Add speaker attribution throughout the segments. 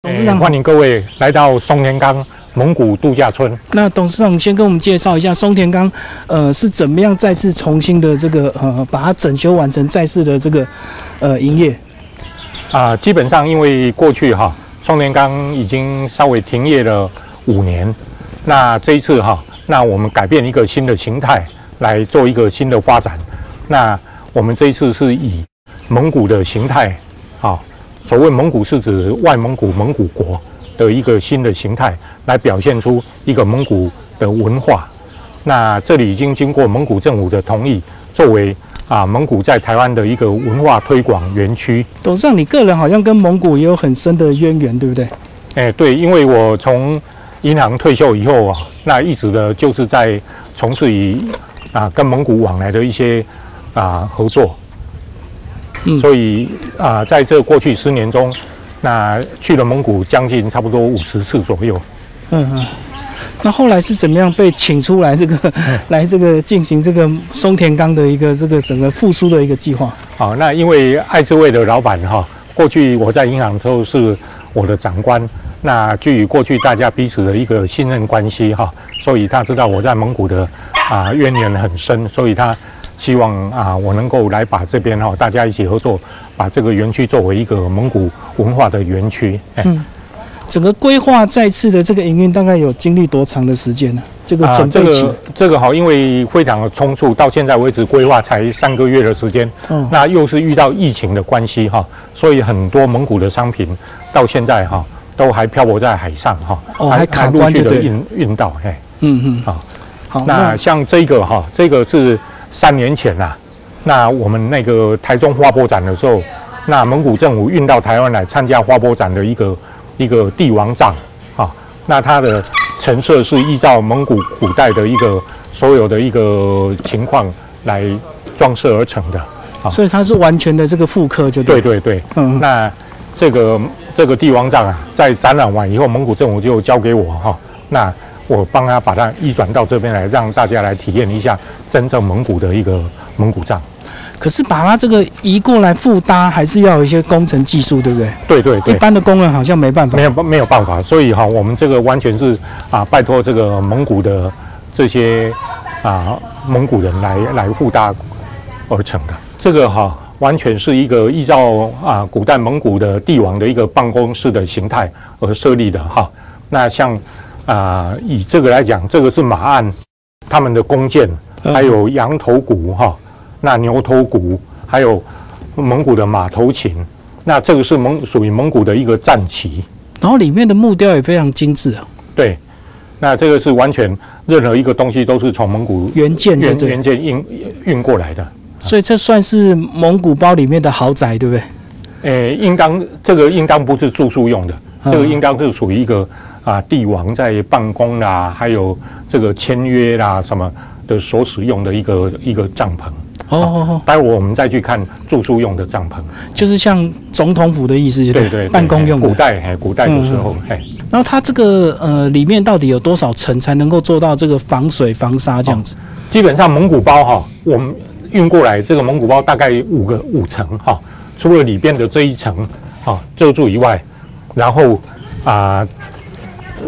Speaker 1: 董事长
Speaker 2: 哎
Speaker 1: 好
Speaker 2: 欢迎各位来到松田港蒙古度假村。
Speaker 1: 那董事长先跟我们介绍一下松田刚，呃，是怎么样再次重新的这个呃，把它整修完成再次的这个呃营业。
Speaker 2: 啊、基本上因为过去哈、双连钢已经稍微停业了五年，那这一次哈、那我们改变一个新的形态来做一个新的发展。那我们这一次是以蒙古的形态，啊、所谓蒙古是指外蒙古蒙古国的一个新的形态，来表现出一个蒙古的文化。那这里已经经过蒙古政府的同意，作为啊蒙古在台湾的一个文化推广园区。
Speaker 1: 董事长，你个人好像跟蒙古也有很深的渊源，对不对？
Speaker 2: 哎，对，因为我从银行退休以后啊，那一直的就是在从事以啊跟蒙古往来的一些啊合作，
Speaker 1: 嗯
Speaker 2: 所以啊在这过去十年中，那去了蒙古将近差不多五十次左右。
Speaker 1: 嗯嗯。那后来是怎么样被请出来这个
Speaker 2: 哎
Speaker 1: 来这个进行这个松田刚的一个这个整个复苏的一个计划？
Speaker 2: 好，啊那因为爱之味的老板哈、过去我在银行时候是我的长官，那基于过去大家彼此的一个信任关系哈、所以他知道我在蒙古的啊渊源很深，所以他希望啊我能够来把这边哈、大家一起合作，把这个园区作为一个蒙古文化的园区。哎
Speaker 1: 整个规划再次的这个营运大概有经历多长的时间呢？这个准备
Speaker 2: 啊这
Speaker 1: 期
Speaker 2: 个，这个好，因为非常的匆促，到现在为止规划才三个月的时间，
Speaker 1: 嗯
Speaker 2: 那又是遇到疫情的关系哈，所以很多蒙古的商品到现在哈都还漂泊在海上哈，
Speaker 1: 哦还卡关
Speaker 2: 陆续
Speaker 1: 就
Speaker 2: 的
Speaker 1: 对了
Speaker 2: 运运到嘿。
Speaker 1: 嗯嗯，
Speaker 2: 好，
Speaker 1: 好，
Speaker 2: 那像这个哈，这个是三年前呐、那我们那个台中花博展的时候，那蒙古政府运到台湾来参加花博展的一个一个帝王帐啊，那它的陈设是依照蒙古古代的一个所有的一个情况来装饰而成的。
Speaker 1: 所以它是完全的这个复刻，就
Speaker 2: 对
Speaker 1: 对。
Speaker 2: 对对，
Speaker 1: 嗯，嗯
Speaker 2: 那这个这个帝王帐啊，在展览完以后，蒙古政府就交给我哈、那我帮他把它移转到这边来，让大家来体验一下真正蒙古的一个蒙古帐。
Speaker 1: 可是把它这个移过来复搭，还是要有一些工程技术，对不对？
Speaker 2: 对对
Speaker 1: 一
Speaker 2: 对，
Speaker 1: 般的工人好像没办法
Speaker 2: 没。有没有办法，所以哈、我们这个完全是啊，拜托这个蒙古的这些啊蒙古人来来附搭而成的。这个哈、完全是一个依照啊古代蒙古的帝王的一个办公室的形态而设立的哈、那像啊以这个来讲，这个是马鞍，他们的弓箭，
Speaker 1: 嗯
Speaker 2: 还有羊头骨哈、那牛头骨，还有蒙古的马头琴。那这个是蒙属于蒙古的一个战旗，
Speaker 1: 然后里面的木雕也非常精致啊，
Speaker 2: 对，那这个是完全任何一个东西都是从蒙古
Speaker 1: 原件对
Speaker 2: 原
Speaker 1: 不对？
Speaker 2: 原件运运过来的。
Speaker 1: 所以这算是蒙古包里面的豪宅，对不对？
Speaker 2: 诶，应当这个应当不是住宿用的，
Speaker 1: 嗯
Speaker 2: 这个应当是属于一个啊帝王在办公啦，还有这个签约啦什么的所使用的一个一个帐篷。
Speaker 1: 哦哦
Speaker 2: 待会我们再去看住宿用的帐篷。
Speaker 1: 哦，就是像总统府的意思，就
Speaker 2: 对对对，
Speaker 1: 办公用
Speaker 2: 古
Speaker 1: 的。嗯
Speaker 2: 代哎，古代的时候哎。
Speaker 1: 然后它这个呃里面到底有多少层才能够做到这个防水防沙这样子？
Speaker 2: 基本上蒙古包哈、我们运过来这个蒙古包大概五个五层哈、除了里边的这一层啊、遮住以外，然后啊、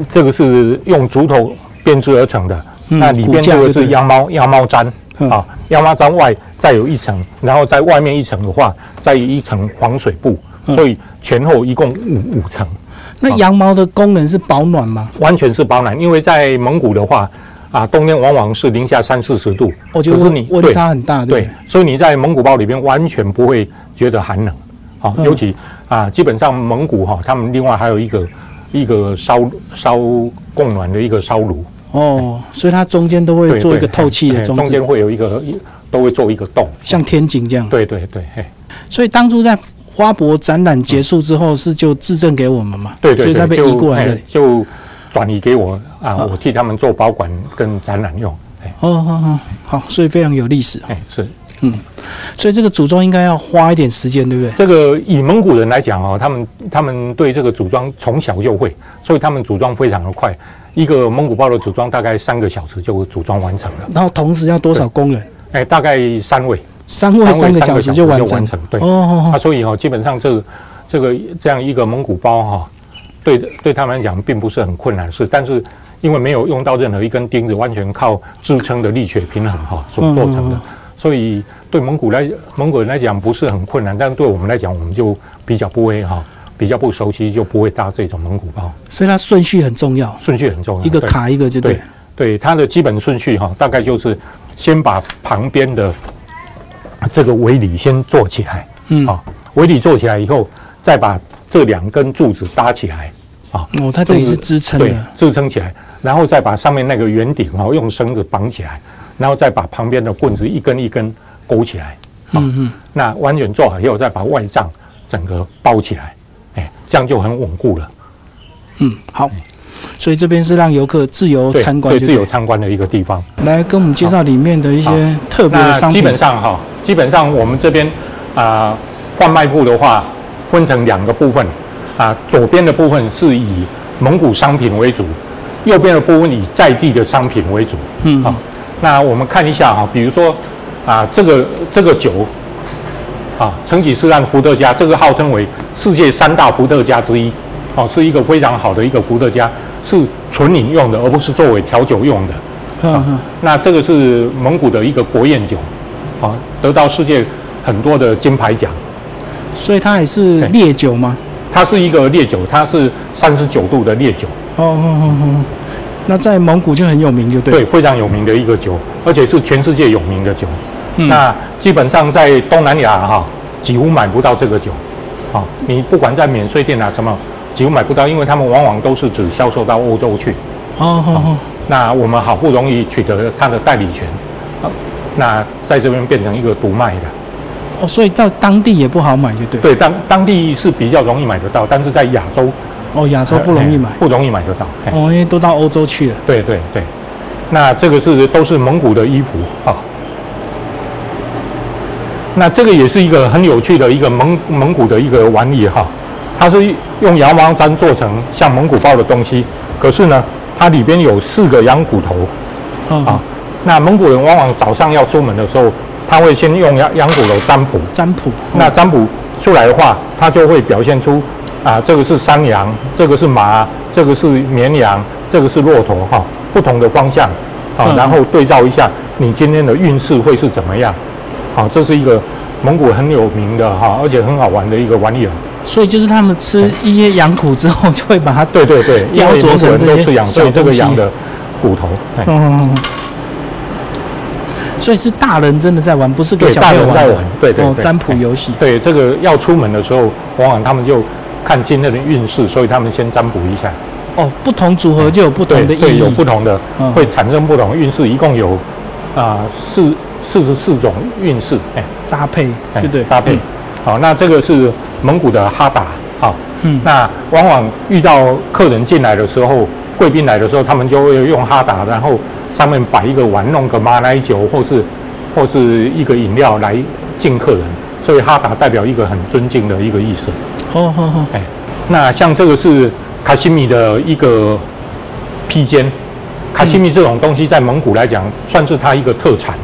Speaker 2: 这个是用竹头编织而成的，
Speaker 1: 嗯
Speaker 2: 那里
Speaker 1: 骨
Speaker 2: 边
Speaker 1: 架
Speaker 2: 这个
Speaker 1: 就对
Speaker 2: 是羊毛羊毛毡
Speaker 1: 嗯
Speaker 2: 啊，羊毛毡外再有一层，然后在外面一层的话，再一层防水布，
Speaker 1: 嗯
Speaker 2: 所以前后一共五五层。
Speaker 1: 那羊毛的功能是保暖吗？
Speaker 2: 完全是保暖，因为在蒙古的话，啊，冬天往往是零下三四十度，
Speaker 1: 我觉得
Speaker 2: 可哦是
Speaker 1: 温
Speaker 2: 你
Speaker 1: 温差很大，啊
Speaker 2: 对
Speaker 1: 对不
Speaker 2: 对
Speaker 1: 对？，
Speaker 2: 所以你在蒙古包里边完全不会觉得寒冷，好、
Speaker 1: 嗯
Speaker 2: 尤其啊，基本上蒙古哈、他们另外还有一个一个烧烧供暖的一个烧炉，
Speaker 1: 哦，所以它中间都会
Speaker 2: 对，
Speaker 1: 做一个
Speaker 2: 对
Speaker 1: 透气
Speaker 2: 嘿
Speaker 1: 的
Speaker 2: 中
Speaker 1: 装置
Speaker 2: 间，会有一个一都会做一个洞，
Speaker 1: 像天井这样。
Speaker 2: 对对对，嘿，
Speaker 1: 所以当初在花博展览结束之后，是就自证给我们嘛，
Speaker 2: 对
Speaker 1: 所
Speaker 2: 对对，
Speaker 1: 以才被
Speaker 2: 就哎
Speaker 1: 移过来
Speaker 2: 嘿
Speaker 1: 这里。
Speaker 2: 就转移给我啊，我替他们做保管跟展览用，哎
Speaker 1: 哦哦哦，好，所以非常有历史哦。
Speaker 2: 哎是。
Speaker 1: 所以这个组装应该要花一点时间，对不对？
Speaker 2: 这个以蒙古人来讲哦，他们他们对这个组装从小就会，所以他们组装非常的快。一个蒙古包的组装大概三个小时就组装完成了，
Speaker 1: 然后同时要多少工人？
Speaker 2: 哎，大概三位，
Speaker 1: 三位
Speaker 2: 三位
Speaker 1: 三个
Speaker 2: 三
Speaker 1: 小
Speaker 2: 个
Speaker 1: 时
Speaker 2: 小时
Speaker 1: 就
Speaker 2: 就
Speaker 1: 完
Speaker 2: 完
Speaker 1: 成。
Speaker 2: 成对
Speaker 1: 哦哦
Speaker 2: 啊，
Speaker 1: 哦，
Speaker 2: 所以哦，基本上这个这个这样一个蒙古包哈、对对他们来讲并不是很困难的事，但是因为没有用到任何一根钉子，完全靠支撑的力学平衡哈所
Speaker 1: 嗯
Speaker 2: 做成的，所以对蒙古来蒙古人来讲不是很困难，但是对我们来讲，我们就比较不会哈，比较不熟悉，就不会搭这种蒙古包，
Speaker 1: 所以它顺序很重要，
Speaker 2: 顺序很重要，
Speaker 1: 一个
Speaker 2: 对
Speaker 1: 卡一个就对
Speaker 2: 对。对，它的基本顺序哈、大概就是先把旁边的这个围里先做起来，
Speaker 1: 嗯，
Speaker 2: 啊、围里做起来以后，再把这两根柱子搭起来，啊、
Speaker 1: 哦，它这里是支撑
Speaker 2: 对
Speaker 1: 的，，
Speaker 2: 支撑起来，然后再把上面那个圆顶哈、用绳子绑起来，然后再把旁边的棍子一根一根勾起来，啊
Speaker 1: 嗯嗯，
Speaker 2: 那完全做好以后，再把外帐整个包起来，哎，这样就很稳固了。
Speaker 1: 嗯，好。所以这边是让游客自由
Speaker 2: 对
Speaker 1: 参观
Speaker 2: 对
Speaker 1: 就
Speaker 2: 自
Speaker 1: 对
Speaker 2: 由参观的一个地方。
Speaker 1: 来跟我们介绍里面的一些特别
Speaker 2: 那
Speaker 1: 的商
Speaker 2: 基
Speaker 1: 品。
Speaker 2: 本上哈、基本上我们这边啊贩卖部的话，分成两个部分啊、左边的部分是以蒙古商品为主，右边的部分以在地的商品为主。
Speaker 1: 嗯
Speaker 2: 好、那我们看一下哈、比如说啊、这个这个酒啊，成吉思汗伏特加，这个号称为世界三大伏特加之一，哦，是一个非常好的一个伏特加，是纯饮用的，而不是作为调酒用的。
Speaker 1: 嗯嗯，
Speaker 2: 那这个是蒙古的一个国宴酒，啊，得到世界很多的金牌奖。
Speaker 1: 所以它也是烈酒吗？
Speaker 2: 它是一个烈酒，它是三十九度的烈酒，
Speaker 1: 哦哦哦哦，那在蒙古就很有名，就对。
Speaker 2: 对，非常有名的一个酒，而且是全世界有名的酒。
Speaker 1: 嗯
Speaker 2: 那基本上在东南亚哈、几乎买不到这个酒，啊、你不管在免税店啊什么，几乎买不到，因为他们往往都是只销售到欧洲去。
Speaker 1: 哦哦哦，
Speaker 2: 那我们好不容易取得它的代理权，啊，那在这边变成一个独卖的。
Speaker 1: 哦，所以到当地也不好买，就对。
Speaker 2: 对，当当地是比较容易买得到，但是在亚洲
Speaker 1: 哦，亚洲不容易买
Speaker 2: 哎，不容易买得到。哎
Speaker 1: 哦，因为都到欧洲去了。
Speaker 2: 对对对，那这个是都是蒙古的衣服啊、那这个也是一个很有趣的一个蒙蒙古的一个玩意哈、它是用羊毛毡做成像蒙古包的东西，可是呢，它里边有四个羊骨头，
Speaker 1: 嗯，
Speaker 2: 啊那蒙古人往往早上要出门的时候，他会先用羊羊骨头占卜，
Speaker 1: 占卜。哦
Speaker 2: 那占卜出来的话，它就会表现出啊，这个是山羊，这个是马，这个是绵羊，这个是骆驼哈、不同的方向，好、
Speaker 1: 嗯
Speaker 2: 然后对照一下你今天的运势会是怎么样，好、这是一个蒙古很有名的哈、而且很好玩的一个玩意儿。
Speaker 1: 所以就是他们吃一些羊骨之后，就会把它。
Speaker 2: 对对对，因为
Speaker 1: 雕琢
Speaker 2: 蒙
Speaker 1: 成这
Speaker 2: 古人都
Speaker 1: 些
Speaker 2: 吃羊，所以
Speaker 1: 小
Speaker 2: 这个
Speaker 1: 东西
Speaker 2: 羊的骨头，哎
Speaker 1: 哦。所以是大人真的在玩，不是给
Speaker 2: 对，
Speaker 1: 小
Speaker 2: 大
Speaker 1: 朋友
Speaker 2: 人在
Speaker 1: 玩的。
Speaker 2: 玩，对对
Speaker 1: 哦，
Speaker 2: 对，
Speaker 1: 占卜
Speaker 2: 哎
Speaker 1: 游戏。
Speaker 2: 对，这个要出门的时候，往往他们就看今天的运势，所以他们先占卜一下。
Speaker 1: 哦，不同组合就有不
Speaker 2: 哎对
Speaker 1: 同的意
Speaker 2: 对，
Speaker 1: 义。
Speaker 2: 有不同的
Speaker 1: 嗯，
Speaker 2: 会产生不同的运势，一共有啊四四十四种运势，哎、
Speaker 1: 搭配，对
Speaker 2: 哎
Speaker 1: 不对？
Speaker 2: 搭配。好，那这个是蒙古的哈达，好，
Speaker 1: 嗯。嗯，
Speaker 2: 那往往遇到客人进来的时候，贵宾来的时候，他们就会用哈达，然后上面摆一个碗，弄个马奶酒或是或是一个饮料来敬客人，所以哈达代表一个很尊敬的一个意思。
Speaker 1: 哦哦哦，
Speaker 2: 哎，那像这个是卡西米的一个披肩，卡西米这种东西在蒙古来讲算是它一个特产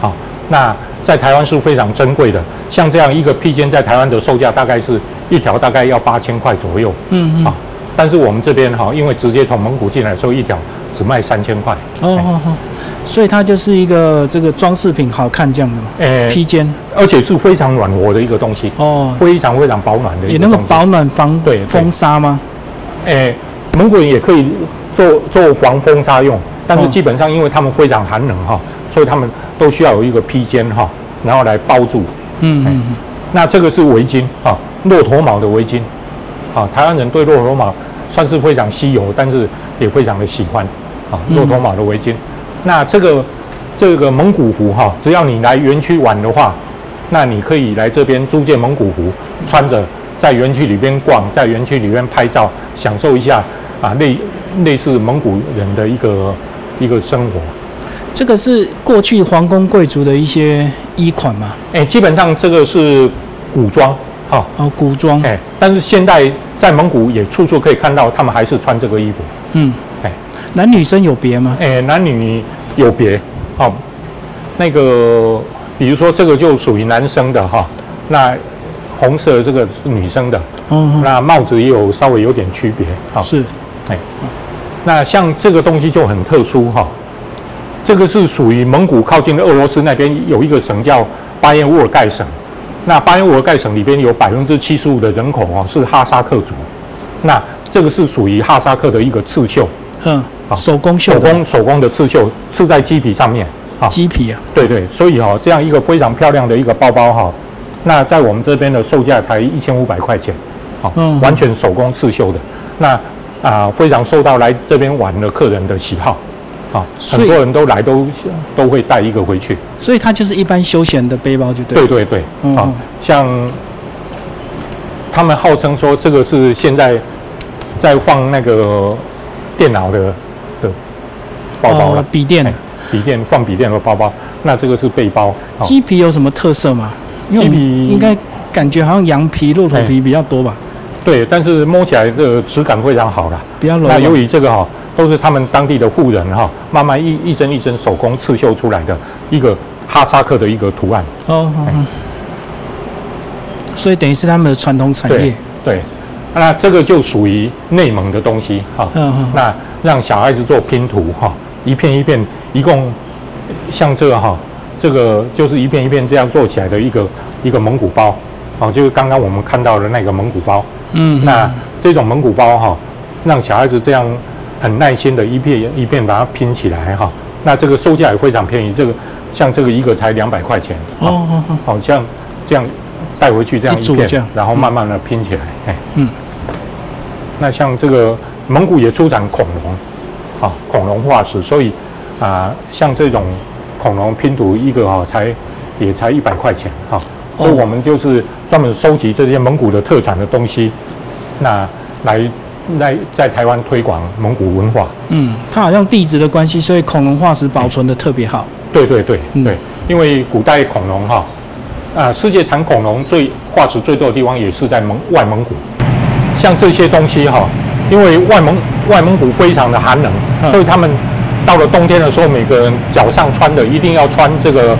Speaker 2: 啊、那在台湾是非常珍贵的，像这样一个披肩在台湾的售价大概是一条大概要八千块左右
Speaker 1: 嗯嗯，
Speaker 2: 啊、但是我们这边哈、因为直接从蒙古进来的时候，一条只卖三千块。
Speaker 1: 哦哦哦，所以它就是一个这个装饰品，好看这样子嘛。
Speaker 2: 哎，
Speaker 1: 披肩
Speaker 2: 而且是非常暖和的一个东西，
Speaker 1: 哦，
Speaker 2: 非常非常保暖的一
Speaker 1: 也
Speaker 2: 个
Speaker 1: 能
Speaker 2: 东西。
Speaker 1: 够保暖防
Speaker 2: 对对
Speaker 1: 风沙吗？
Speaker 2: 诶、哎蒙古人也可以做做防风沙用，但是
Speaker 1: 嗯
Speaker 2: 基本上因为他们非常寒冷哈、所以他们都需要有一个披肩哈、然后来包住。
Speaker 1: 嗯
Speaker 2: 哎
Speaker 1: 嗯嗯，
Speaker 2: 那这个是围巾啊，骆驼毛的围巾，啊，台湾人对骆驼毛算是非常稀有，但是也非常的喜欢啊，
Speaker 1: 嗯
Speaker 2: 骆驼毛的围巾。那这个这个蒙古服哈、只要你来园区玩的话，那你可以来这边租借蒙古服，穿着在园区里边逛，在园区里边拍照，享受一下啊类类似蒙古人的一个一个生活。
Speaker 1: 这个是过去皇宫贵族的一些衣款嘛，
Speaker 2: 哎、基本上这个是古装哈。
Speaker 1: 哦，古装，
Speaker 2: 哎，但是现在在蒙古也处处可以看到，他们还是穿这个衣服。
Speaker 1: 嗯
Speaker 2: 哎，
Speaker 1: 男女生有别吗？
Speaker 2: 哎，男女有别，哦，那个比如说这个就属于男生的哈、那红色的这个是女生的，
Speaker 1: 嗯，
Speaker 2: 那帽子也有稍微有点区别啊。
Speaker 1: 是
Speaker 2: 那像这个东西就很特殊哈、这个是属于蒙古靠近俄罗斯那边有一个省叫巴彦乌尔盖省，那巴彦乌尔盖省里边有百分之七十五的人口哦是哈萨克族，那这个是属于哈萨克的一个刺绣，
Speaker 1: 嗯，
Speaker 2: 好
Speaker 1: 手工
Speaker 2: 手
Speaker 1: 绣的
Speaker 2: 工手工的刺绣刺在基底上面啊，
Speaker 1: 鸡皮啊，
Speaker 2: 对对，所以哈、这样一个非常漂亮的一个包包哈、那在我们这边的售价才一千五百块钱，好、
Speaker 1: 嗯
Speaker 2: 完全手工刺绣的，那啊、非常受到来这边玩的客人的喜好，啊、
Speaker 1: 所以
Speaker 2: 很多人都来都都会带一个回去，
Speaker 1: 所以它就是一般休闲的背包就对
Speaker 2: 对
Speaker 1: 了。
Speaker 2: 对对，啊、
Speaker 1: 嗯嗯
Speaker 2: 像他们号称说这个是现在在放那个电脑的的包包了
Speaker 1: 呃，笔电
Speaker 2: 哎笔电放笔电的包包，那这个是背包，啊
Speaker 1: 鸡皮有什么特色吗？因为我们
Speaker 2: 鸡皮哎
Speaker 1: 应该感觉好像羊皮、骆驼皮比较多吧，
Speaker 2: 对，但是摸起来这个质感非常好啦。
Speaker 1: 比较柔
Speaker 2: 那由
Speaker 1: 软。
Speaker 2: 于这个哈、都是他们当地的富人哈、慢慢一一针一针手工刺绣出来的一个哈萨克的一个图案。
Speaker 1: 哦，好
Speaker 2: 哎
Speaker 1: 好所以等于是他们的传统产
Speaker 2: 对
Speaker 1: 业。
Speaker 2: 对，那这个就属于内蒙的东西哈、
Speaker 1: 嗯嗯
Speaker 2: 那让小孩子做拼图哈、一片一片，一共像这个哈、这个就是一片一片这样做起来的一个一个蒙古包，哦，就是刚刚我们看到的那个蒙古包。
Speaker 1: 嗯，
Speaker 2: 那这种蒙古包哈、让小孩子这样很耐心的一片一片把它拼起来哈、那这个售价也非常便宜，这个像这个一个才两百块钱，
Speaker 1: 哦哦哦，
Speaker 2: 好像这样带回去这样
Speaker 1: 一
Speaker 2: 一
Speaker 1: 组
Speaker 2: 片，
Speaker 1: 这样
Speaker 2: 然后慢慢的拼起来，哎，
Speaker 1: 嗯。
Speaker 2: 那像这个蒙古也出产恐龙，啊、恐龙化石，所以啊、像这种恐龙拼图一个哈、才也才一百块钱哈、
Speaker 1: 哦
Speaker 2: 所以我们就是专门收集这些蒙古的特产的东西，那来来在台湾推广蒙古文化。
Speaker 1: 嗯，它好像地质的关系，所以恐龙化石保存的特别好。
Speaker 2: 对对对
Speaker 1: 嗯
Speaker 2: 对，因为古代恐龙哈，啊，世界产恐龙最化石最多的地方也是在蒙外蒙古，像这些东西哈，因为外蒙外蒙古非常的寒冷，
Speaker 1: 嗯
Speaker 2: 所以他们到了冬天的时候，每个人脚上穿的一定要穿这个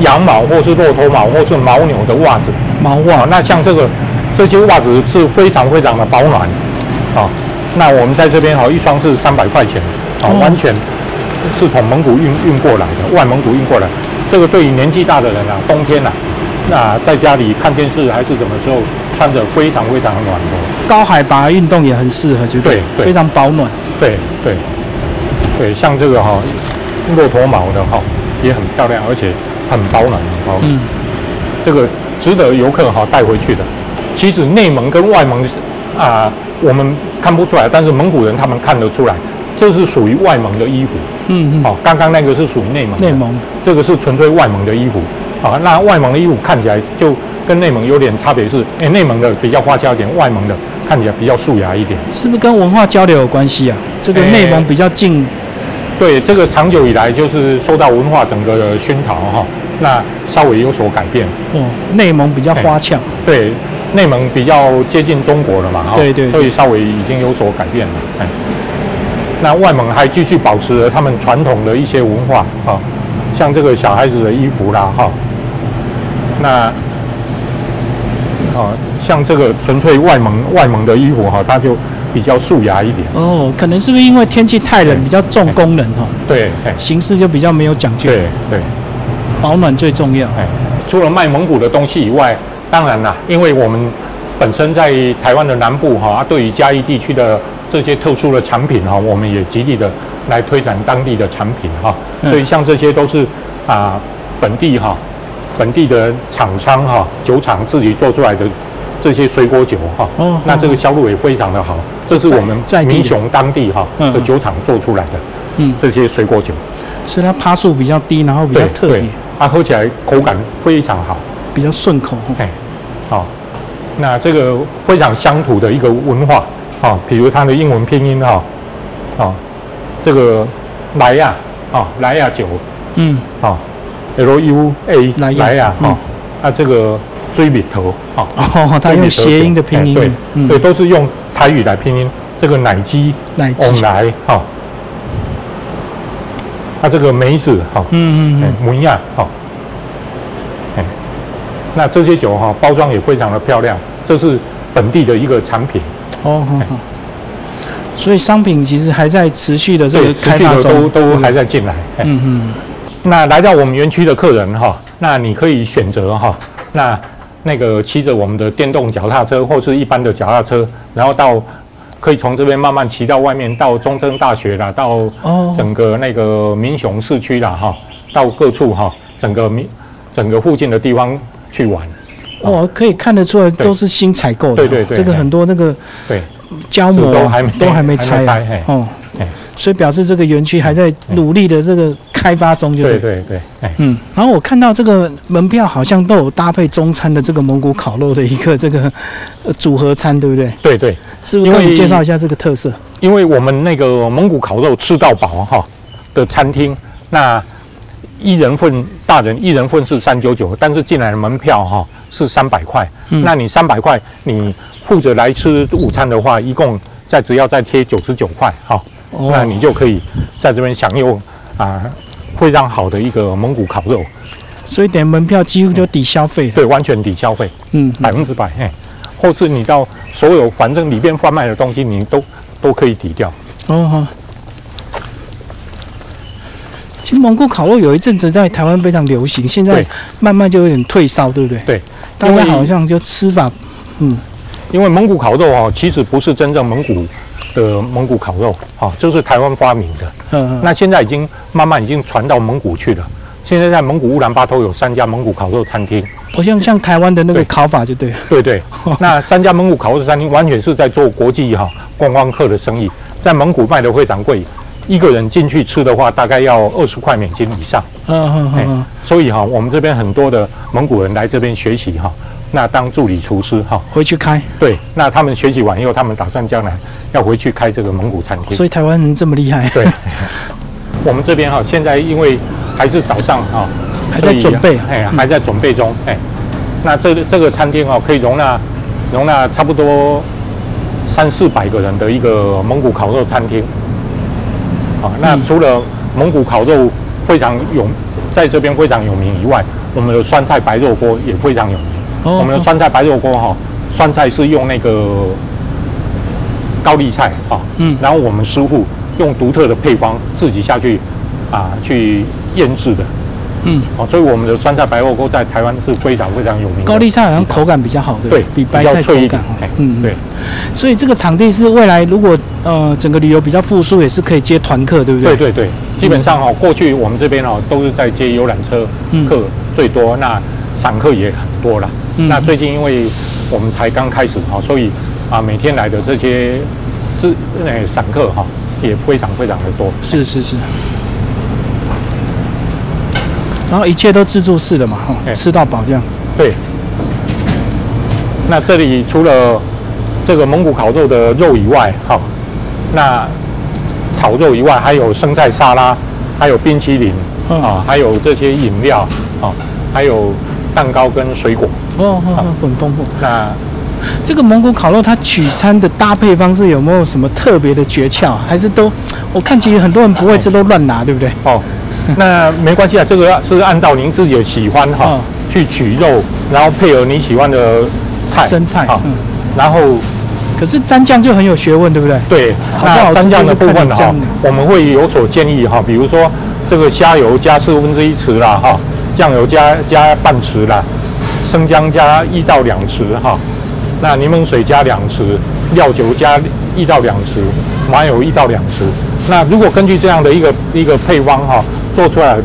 Speaker 2: 羊毛或是骆驼毛或是牦牛的袜子，
Speaker 1: 毛袜
Speaker 2: 哦，那像这个这些袜子是非常非常的保暖，哦，那我们在这边哦，一双是三百块钱，哦，
Speaker 1: 哦
Speaker 2: 完全是从蒙古运运过来的，外蒙古运过来。这个对于年纪大的人啊，冬天啊，那在家里看电视还是怎么时候，穿着非常非常暖和。
Speaker 1: 高海拔运动也很适合，就
Speaker 2: 对对
Speaker 1: 非常保暖。
Speaker 2: 对对对，像这个哈、骆驼毛的哈、也很漂亮，而且很保暖哦。
Speaker 1: 嗯，
Speaker 2: 这个值得游客哈带回去的。其实内蒙跟外蒙是啊、我们看不出来，但是蒙古人他们看得出来，这是属于外蒙的衣服。
Speaker 1: 嗯嗯，
Speaker 2: 哦，刚刚那个是属于内蒙的，
Speaker 1: 内蒙
Speaker 2: 这个是纯粹外蒙的衣服。啊、那外蒙的衣服看起来就跟内蒙有点差别是，哎，内蒙的比较花俏一点，外蒙的看起来比较素雅一点。
Speaker 1: 是不是跟文化交流有关系啊？这个
Speaker 2: 哎
Speaker 1: 内蒙比较近，
Speaker 2: 对，这个长久以来就是受到文化整个的熏陶哈、那稍微有所改变。
Speaker 1: 哦，内蒙比较
Speaker 2: 哎
Speaker 1: 花俏。
Speaker 2: 对，内蒙比较接近中国了嘛，哈
Speaker 1: 对对
Speaker 2: 所以稍微已经有所改变了。哎，那外蒙还继续保持了他们传统的一些文化啊、像这个小孩子的衣服啦，哈、那哦，像这个纯粹外蒙外蒙的衣服哈、它就比较素雅一点。
Speaker 1: 哦，可能是不是因为天气太冷，比较重功能哦，
Speaker 2: 对，哎，
Speaker 1: 形式就比较没有讲究，
Speaker 2: 对对。
Speaker 1: 保暖最重要。
Speaker 2: 哎，除了卖蒙古的东西以外，当然啦，因为我们本身在台湾的南部哈、啊对于嘉义地区的这些特殊的产品哈、我们也极力的来推展当地的产品哈、
Speaker 1: 嗯
Speaker 2: 所以像这些都是啊、本地哈、本地的厂商哈、酒厂自己做出来的。这些水果酒哈、
Speaker 1: 哦嗯
Speaker 2: 那这个销路也非常的好，这是我们
Speaker 1: 在地的
Speaker 2: 民雄当地哈、
Speaker 1: 嗯
Speaker 2: 的酒厂做出来的，
Speaker 1: 嗯
Speaker 2: 这些水果酒
Speaker 1: 所以它趴数比较低，然后比较
Speaker 2: 对
Speaker 1: 特
Speaker 2: 对
Speaker 1: 别，
Speaker 2: 它喝起来口感非常好。
Speaker 1: 比较顺口哦。
Speaker 2: 哎，好、那这个非常乡土的一个文化，啊、比如它的英文拼音哈，啊、这个莱亚啊，莱亚酒
Speaker 1: 嗯，
Speaker 2: 啊，L U A
Speaker 1: 莱雅
Speaker 2: 莱亚
Speaker 1: 嗯
Speaker 2: 哈，啊，这个追笔头啊，
Speaker 1: 哦，它用谐音的拼音
Speaker 2: 哎对，
Speaker 1: 嗯
Speaker 2: 对，，都是用台语来拼音，这个奶鸡
Speaker 1: 奶
Speaker 2: 翁
Speaker 1: 鸡，
Speaker 2: 来哈，啊，这个梅子哈。
Speaker 1: 嗯嗯
Speaker 2: 哎
Speaker 1: 嗯，，
Speaker 2: 模样哈。哎，那这些酒哈、包装也非常的漂亮，这是本地的一个产品，
Speaker 1: 哦，好好。所以商品其实还在持续的这
Speaker 2: 对，
Speaker 1: 个
Speaker 2: 持
Speaker 1: 开
Speaker 2: 续
Speaker 1: 发
Speaker 2: 的都
Speaker 1: 中，
Speaker 2: 都还在进来。哎
Speaker 1: 嗯嗯，
Speaker 2: 那来到我们园区的客人哈，那你可以选择哈，那那个骑着我们的电动脚踏车或是一般的脚踏车，然后到可以从这边慢慢骑到外面，到中正大学啦，到
Speaker 1: 哦
Speaker 2: 整个那个民雄市区啦哈，到各处哈，整个民整个附近的地方去玩。
Speaker 1: 我可以看得出来都是新采购的，
Speaker 2: 对对对
Speaker 1: 这个很多那个
Speaker 2: 对，
Speaker 1: 胶膜
Speaker 2: 是都还没
Speaker 1: 都还没拆
Speaker 2: 还没拆
Speaker 1: 啊
Speaker 2: 嘿，
Speaker 1: 哦
Speaker 2: 嘿，
Speaker 1: 所以表示这个园区还在努力的这个开发中，就
Speaker 2: 对
Speaker 1: 对。
Speaker 2: 对对，哎，
Speaker 1: 嗯，然后我看到这个门票好像都有搭配中餐的这个蒙古烤肉的一个这个呃组合餐，对不对？
Speaker 2: 对对。
Speaker 1: 是不是？
Speaker 2: 因
Speaker 1: 跟
Speaker 2: 为
Speaker 1: 我们介绍一下这个特色。
Speaker 2: 因为我们那个蒙古烤肉吃到饱哈的餐厅，那一人份大人一人份是三九九，但是进来的门票哈是三百块。
Speaker 1: 嗯
Speaker 2: 那你三百块，你负责来吃午餐的话，一共再只要再贴九十九块哈，
Speaker 1: 哦
Speaker 2: 那你就可以在这边享用啊、非常好的一个蒙古烤肉，
Speaker 1: 所以等于门票几乎就
Speaker 2: 嗯
Speaker 1: 抵消费了。
Speaker 2: 对，完全抵消费
Speaker 1: 嗯，
Speaker 2: 百分之百，嘿，或是你到所有反正里边贩卖的东西，你都都可以抵掉。
Speaker 1: 哦好。其实蒙古烤肉有一阵子在台湾非常流行，现在
Speaker 2: 对
Speaker 1: 慢慢就有点退烧，对不对？
Speaker 2: 对，
Speaker 1: 大家好像就吃法，
Speaker 2: 因为蒙古烤肉哦，其实不是真正蒙古的蒙古烤肉啊，这是台湾发明的。
Speaker 1: 嗯、呃，
Speaker 2: 那现在已经慢慢已经传到蒙古去了。现在在蒙古乌兰巴托有三家蒙古烤肉餐厅，
Speaker 1: 好像像台湾的那个
Speaker 2: 对
Speaker 1: 烤法就对了。
Speaker 2: 对对。那三家蒙古烤肉餐厅完全是在做国际哈、观光客的生意，在蒙古卖的非常贵，一个人进去吃的话大概要二十块美金以上。
Speaker 1: 嗯嗯
Speaker 2: 哎
Speaker 1: 嗯，
Speaker 2: 所以哈、我们这边很多的蒙古人来这边学习哈、那当助理厨师哈、
Speaker 1: 回去开，
Speaker 2: 对，那他们学习完以后，他们打算将来要回去开这个蒙古餐厅。
Speaker 1: 所以台湾人这么厉害，
Speaker 2: 对，我们这边哈、现在因为还是早上哈、
Speaker 1: 还
Speaker 2: 所
Speaker 1: 在
Speaker 2: 以
Speaker 1: 准备啊。
Speaker 2: 哎，还在准备中，哎，那这个这个餐厅哦，可以容纳容纳差不多三四百个人的一个蒙古烤肉餐厅。啊，那
Speaker 1: 嗯
Speaker 2: 除了蒙古烤肉非常有在这边非常有名以外，我们的酸菜白肉锅也非常有名。
Speaker 1: 哦
Speaker 2: 我们的酸菜白肉锅哈、酸菜是用那个高丽菜啊、
Speaker 1: 嗯
Speaker 2: 然后我们师傅用独特的配方自己下去啊去腌制的，
Speaker 1: 嗯，
Speaker 2: 哦，所以我们的酸菜白肉锅在台湾是非常非常有名的。
Speaker 1: 高丽菜好像口感比较好，对不
Speaker 2: 对
Speaker 1: 比白菜
Speaker 2: 比较
Speaker 1: 口
Speaker 2: 脆一点
Speaker 1: 感好，。
Speaker 2: 哎
Speaker 1: 嗯，
Speaker 2: 对。
Speaker 1: 所以这个场地是未来如果呃整个旅游比较复苏，也是可以接团客，对不
Speaker 2: 对
Speaker 1: 对？
Speaker 2: 对对，基本上哦，过去我们这边哦都是在接游览车
Speaker 1: 嗯
Speaker 2: 客最多，那散客也很多啦。
Speaker 1: 嗯
Speaker 2: 那最近因为我们才刚开始哈、哦，所以啊每天来的这些是呃散客哈、也非常非常的多。
Speaker 1: 是是是。然后一切都自助式的嘛，哈、
Speaker 2: 哎
Speaker 1: 吃到饱这样。
Speaker 2: 对，那这里除了这个蒙古烤肉的肉以外，哈、那炒肉以外，还有生菜沙拉，还有冰淇淋啊、
Speaker 1: 嗯
Speaker 2: 还有这些饮料啊、还有蛋糕跟水果。
Speaker 1: 哦哦哦，很丰富。
Speaker 2: 那
Speaker 1: 这个蒙古烤肉它取餐的搭配方式有没有什么特别的诀窍？啊还是都我看其实很多人不会吃，都乱拿，对不对？
Speaker 2: 哦，那没关系啊，这个是按照您自己的喜欢哈、
Speaker 1: 嗯
Speaker 2: 去取肉，然后配合你喜欢的菜
Speaker 1: 生菜
Speaker 2: 啊、
Speaker 1: 嗯
Speaker 2: 然后
Speaker 1: 可是沾酱就很有学问，对不对？
Speaker 2: 对，
Speaker 1: 好不好
Speaker 2: 那
Speaker 1: 吃
Speaker 2: 蘸酱的部分啊
Speaker 1: 就是
Speaker 2: 哈
Speaker 1: 看你蘸的，
Speaker 2: 我们会有所建议哈，比如说这个虾油加四分之一匙啦哈，酱油加加半匙啦，生姜加一到两匙哈，那柠檬水加两匙，料酒加一到两匙，麻油一到两匙。那如果根据这样的一个一个配方哈，做出来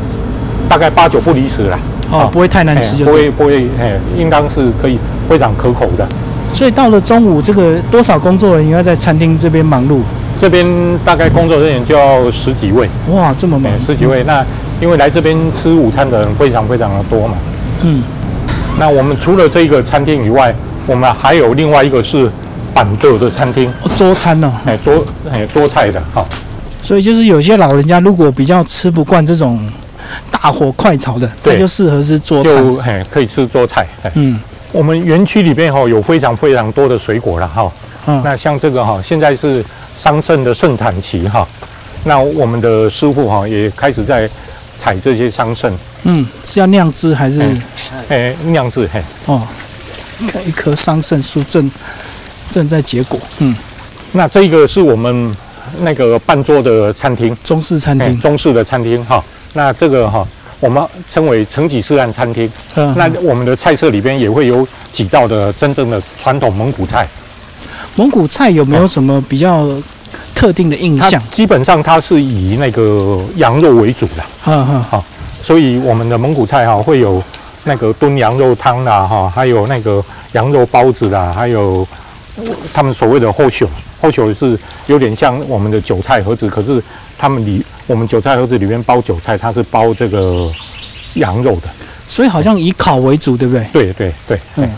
Speaker 2: 大概八九不离十啦。
Speaker 1: 哦
Speaker 2: 啊，
Speaker 1: 不会太难
Speaker 2: 哎
Speaker 1: 吃就
Speaker 2: 不
Speaker 1: 对。
Speaker 2: 会不会，哎，应当是可以非常可口的。
Speaker 1: 所以到了中午，这个多少工作人员要在餐厅这边忙碌？
Speaker 2: 这边大概工作人员就要十几位，
Speaker 1: 哇，这么忙
Speaker 2: 哎，。十几位。那因为来这边吃午餐的人非常非常的多嘛。
Speaker 1: 嗯，
Speaker 2: 那我们除了这个餐厅以外，我们还有另外一个是板凳的餐厅，
Speaker 1: 哦桌餐哦。
Speaker 2: 哎，桌哎桌菜的哈、
Speaker 1: 所以就是有些老人家如果比较吃不惯这种大火快炒的，
Speaker 2: 对
Speaker 1: 他就适合是做菜。
Speaker 2: 就哎可以吃桌菜。哎，
Speaker 1: 嗯
Speaker 2: 我们园区里面哈、有非常非常多的水果了哈、
Speaker 1: 嗯，
Speaker 2: 那像这个哈、现在是桑葚的盛产期哈、那我们的师傅哈、也开始在采这些桑葚，
Speaker 1: 嗯，是要酿汁
Speaker 2: 哎
Speaker 1: 还是？
Speaker 2: 哎，酿制嘿。
Speaker 1: 哦，看一棵桑葚树正正在结果。嗯，
Speaker 2: 那这个是我们那个半桌的餐厅，
Speaker 1: 中式餐
Speaker 2: 哎
Speaker 1: 厅，
Speaker 2: 中式的餐厅哈。那这个哈，我们称为成吉思汗餐厅。
Speaker 1: 嗯，
Speaker 2: 哎那我们的菜色里边也会有几道的真正的传统蒙古菜，
Speaker 1: 蒙古菜有没有什么比较特定的印
Speaker 2: 它
Speaker 1: 象？
Speaker 2: 基本上它是以那个羊肉为主的，
Speaker 1: 嗯嗯
Speaker 2: 所以我们的蒙古菜哈会有那个炖羊肉汤啦哈，还有那个羊肉包子啦，还有他们所谓的后朽，后朽是有点像我们的韭菜盒子，可是他们里我们韭菜盒子里面包韭菜，它是包这个羊肉的，
Speaker 1: 所以好像以烤为主，对不对？
Speaker 2: 对对对，嗯
Speaker 1: 嗯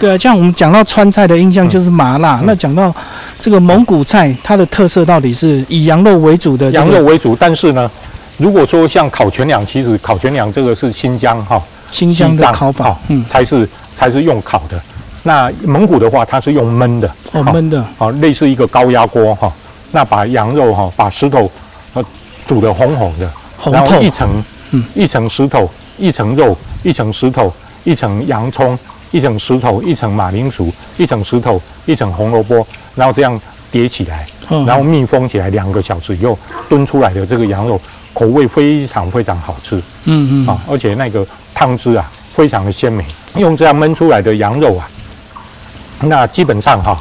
Speaker 1: 对啊，像我们讲到川菜的印象就是麻辣，那讲到这个蒙古菜，它的特色到底是以羊肉为主的、这
Speaker 2: 羊
Speaker 1: 个
Speaker 2: 肉为主，但是呢，如果说像烤全羊，其实烤全羊这个是新疆哈，
Speaker 1: 新疆
Speaker 2: 西
Speaker 1: 的
Speaker 2: 藏哦
Speaker 1: 烤法
Speaker 2: 哈，
Speaker 1: 嗯，
Speaker 2: 才是才是用烤的。那蒙古的话，它是用焖的，
Speaker 1: 哦
Speaker 2: 好
Speaker 1: 焖的，
Speaker 2: 好，类似一个高压锅哈，那把羊肉哈，把石头呃煮得红红的，
Speaker 1: 红
Speaker 2: 然后
Speaker 1: 透
Speaker 2: 一层
Speaker 1: 嗯
Speaker 2: 一层石头，一层肉，一层石头，一层洋葱，一层石头，一层马铃薯，一层石头，一层红萝卜，然后这样叠起来，
Speaker 1: 嗯
Speaker 2: 然后密封起来两个小时以后炖出来的这个羊肉口味非常非常好吃
Speaker 1: 嗯嗯
Speaker 2: 啊，而且那个汤汁啊非常的鲜美，用这样焖出来的羊肉啊，那基本上哈、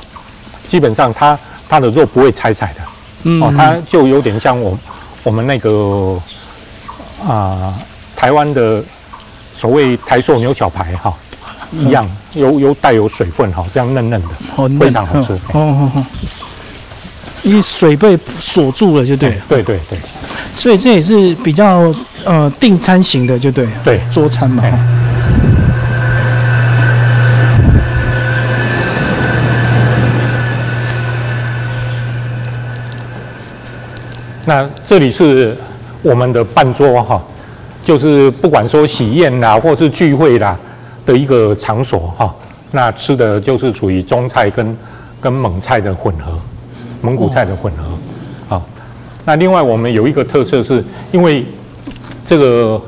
Speaker 2: 基本上它它的肉不会柴柴的
Speaker 1: 嗯，
Speaker 2: 哦，
Speaker 1: 嗯
Speaker 2: 它就有点像我我们那个啊、台湾的所谓台塑牛小排哈、
Speaker 1: 嗯
Speaker 2: 一样，有有带有水分哈、这样嫩嫩的。
Speaker 1: 好嫩
Speaker 2: 非常好吃
Speaker 1: 嗯哦哦哦，因为水被锁住了，就对了，
Speaker 2: 对对对
Speaker 1: 所以这也是比较呃订餐型的，就对了，
Speaker 2: 对，
Speaker 1: 桌餐嘛。哦
Speaker 2: 哎
Speaker 1: 哈
Speaker 2: 那这里是我们的办桌哈，就是不管说喜宴啦，或是聚会啦的一个场所哈。那吃的就是属于中菜跟跟蒙菜的混合，蒙古菜的混合。好，那另外我们有一个特色是，因为这个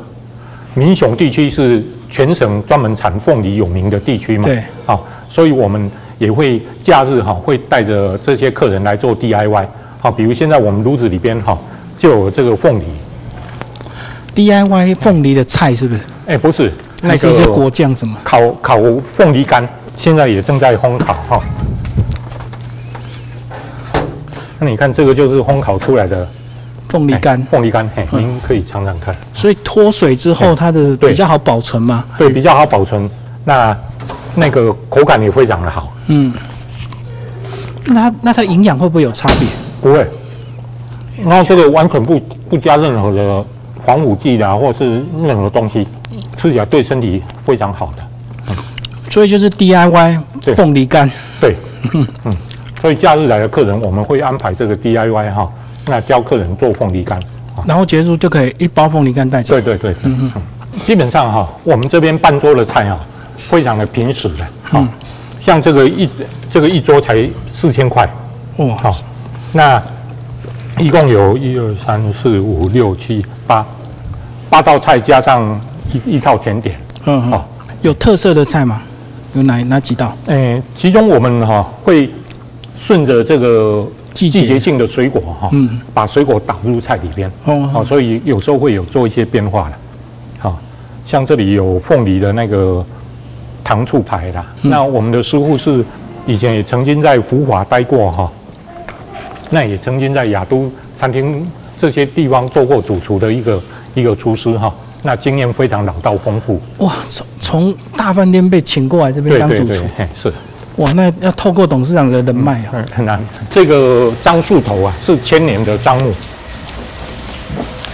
Speaker 2: 民雄地区是全省专门产凤梨有名的地区嘛，
Speaker 1: 对，
Speaker 2: 好，所以我们也会假日哈会带着这些客人来做 DIY，好，比如现在我们炉子里边哈就有这个凤梨，
Speaker 1: DIY 凤梨的菜是不是？
Speaker 2: 哎，不是那
Speaker 1: 还是一些
Speaker 2: 个哎
Speaker 1: 果酱什么？
Speaker 2: 烤烤凤梨干，现在也正在烘烤哈。那你看这个就是烘烤出来的
Speaker 1: 凤梨
Speaker 2: 哎
Speaker 1: 干，嗯
Speaker 2: 凤梨干，嘿，您可以尝尝看，
Speaker 1: 所以脱水之后它的
Speaker 2: 哎对
Speaker 1: 比较好保存嘛。
Speaker 2: 对，比较好保存，那那个口感也非常的好。
Speaker 1: 嗯，那它那它营养会不会有差别？
Speaker 2: 不会。然后这个完全不不加任何的防腐剂啦，或是任何东西，吃起来对身体非常好的。
Speaker 1: 所以就是 DIY
Speaker 2: 对
Speaker 1: 凤梨干，
Speaker 2: 对， 嗯，所以假日来的客人，我们会安排这个 DIY 哈，那教客人做凤梨干。
Speaker 1: 然后结束就可以一包凤梨干带走。
Speaker 2: 对对对，嗯基本上哈，我们这边半桌的菜哈，非常的平实的，好、像这个一这个一桌才四千块，
Speaker 1: 哇
Speaker 2: 好，，那一共有一二三四五六七八八道菜，加上一一套甜点。
Speaker 1: 嗯，嗯
Speaker 2: 好，
Speaker 1: 有特色的菜吗？有哪哪几道？
Speaker 2: 诶、哎其中我们哈、会顺着这个
Speaker 1: 季
Speaker 2: 季
Speaker 1: 节
Speaker 2: 节性的水果哈、
Speaker 1: 嗯
Speaker 2: 把水果打入菜里边。
Speaker 1: 哦
Speaker 2: 好、所以有时候会有做一些变化了。好、像这里有凤梨的那个糖醋排啦。
Speaker 1: 嗯
Speaker 2: 那我们的师傅是以前也曾经在福华待过哈、那也曾经在雅都餐厅这些地方做过主厨的一个一个厨师哈、那经验非常老道丰富。
Speaker 1: 哇，从从大饭店被请过来这边
Speaker 2: 对
Speaker 1: 当
Speaker 2: 对
Speaker 1: 主
Speaker 2: 对
Speaker 1: 厨，，
Speaker 2: 嘿是。
Speaker 1: 哇，那要透过董事长的人脉啊。
Speaker 2: 嗯，很难。这个樟树头啊，是千年的樟木，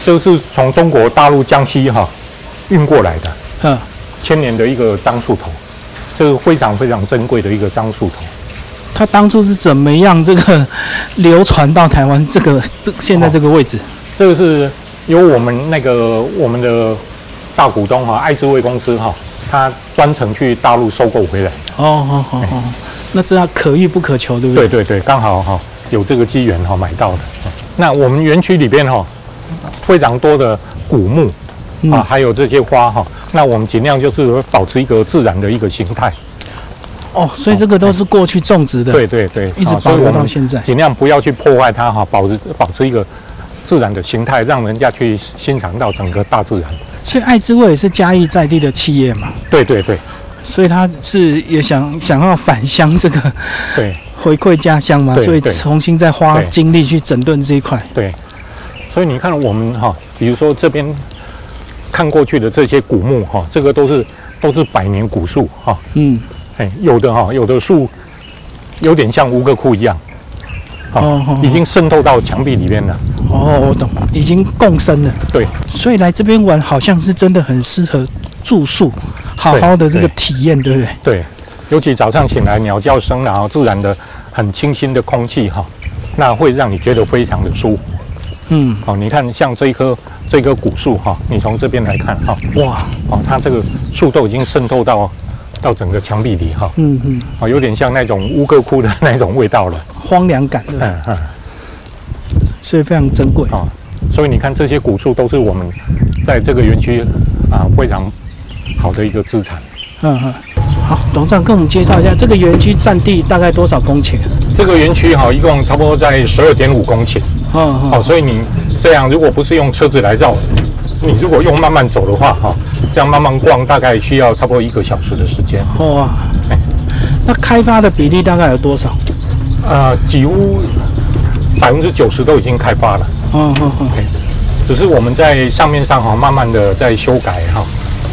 Speaker 2: 这是从中国大陆江西哈、运过来的，
Speaker 1: 嗯，
Speaker 2: 千年的一个樟树头，这是非常非常珍贵的一个樟树头。
Speaker 1: 他当初是怎么样这个 流传到台湾这个这现在这个位置？
Speaker 2: 这个是由我们那个我们的大股东哈、爱之味公司哈、他专程去大陆收购回来。
Speaker 1: 哦，好好好，那这样可遇不可求，对不对？
Speaker 2: 对对对，刚好哈、有这个机缘哈、买到的。那我们园区里边哈、非常多的古木，
Speaker 1: 嗯
Speaker 2: 啊，还有这些花哈、那我们尽量就是保持一个自然的一个形态。
Speaker 1: 哦，所以这个都是过去种植的，，
Speaker 2: 对对对，
Speaker 1: 一直
Speaker 2: 啊
Speaker 1: 保
Speaker 2: 所以
Speaker 1: 留
Speaker 2: 我
Speaker 1: 到
Speaker 2: 们
Speaker 1: 现在。
Speaker 2: 尽量不要去破坏它哈，保持保持一个自然的形态，让人家去欣赏到整个大自然。
Speaker 1: 所以爱之味也是嘉义在地的企业嘛，
Speaker 2: 对对对
Speaker 1: 所以他是也想想要返乡这个
Speaker 2: 对
Speaker 1: 回馈家乡嘛，
Speaker 2: 对
Speaker 1: 所以
Speaker 2: 对
Speaker 1: 重新再花
Speaker 2: 对
Speaker 1: 精力去整顿这一块。
Speaker 2: 对，所以你看我们哈，比如说这边看过去的这些古墓哈，这个都是都是百年古树哈，
Speaker 1: 嗯，
Speaker 2: 哎，有的哈，有的树有点像乌克库一样，好
Speaker 1: 哦哦
Speaker 2: 已经渗透到墙壁里面了。
Speaker 1: 哦，我懂，已经共生了。
Speaker 2: 对，
Speaker 1: 所以来这边玩好像是真的很适合住宿，好好的这个
Speaker 2: 对
Speaker 1: 体验，对不对？
Speaker 2: 对，尤其早上醒来鸟叫声，然后自然的很清新的空气哈，那会让你觉得非常的舒服。
Speaker 1: 嗯，
Speaker 2: 哦，你看像这一棵这棵古树哈，你从这边来看哈，
Speaker 1: 哇，
Speaker 2: 哦，它这个树都已经渗透到到整个墙壁里哈，
Speaker 1: 嗯嗯，
Speaker 2: 哦，有点像那种乌克库的那种味道了。
Speaker 1: 荒凉感，对不对？
Speaker 2: 嗯嗯，
Speaker 1: 所以非常珍贵。
Speaker 2: 哦，所以你看这些古树都是我们在这个园区啊非常好的一个资产。
Speaker 1: 嗯嗯，好，董事长跟我们介绍一下这个园区占地大概多少公顷？
Speaker 2: 这个园区哈，一共差不多在十二点五公顷。
Speaker 1: 嗯
Speaker 2: 哦，
Speaker 1: 嗯，
Speaker 2: 所以你这样如果不是用车子来绕，你如果用慢慢走的话，哈、这样慢慢逛大概需要差不多一个小时的时间。
Speaker 1: 哇，那开发的比例大概有多少？
Speaker 2: 呃，几乎百分之九十都已经开发了，
Speaker 1: 嗯嗯嗯，
Speaker 2: 只是我们在上面上哈、慢慢的在修改哈、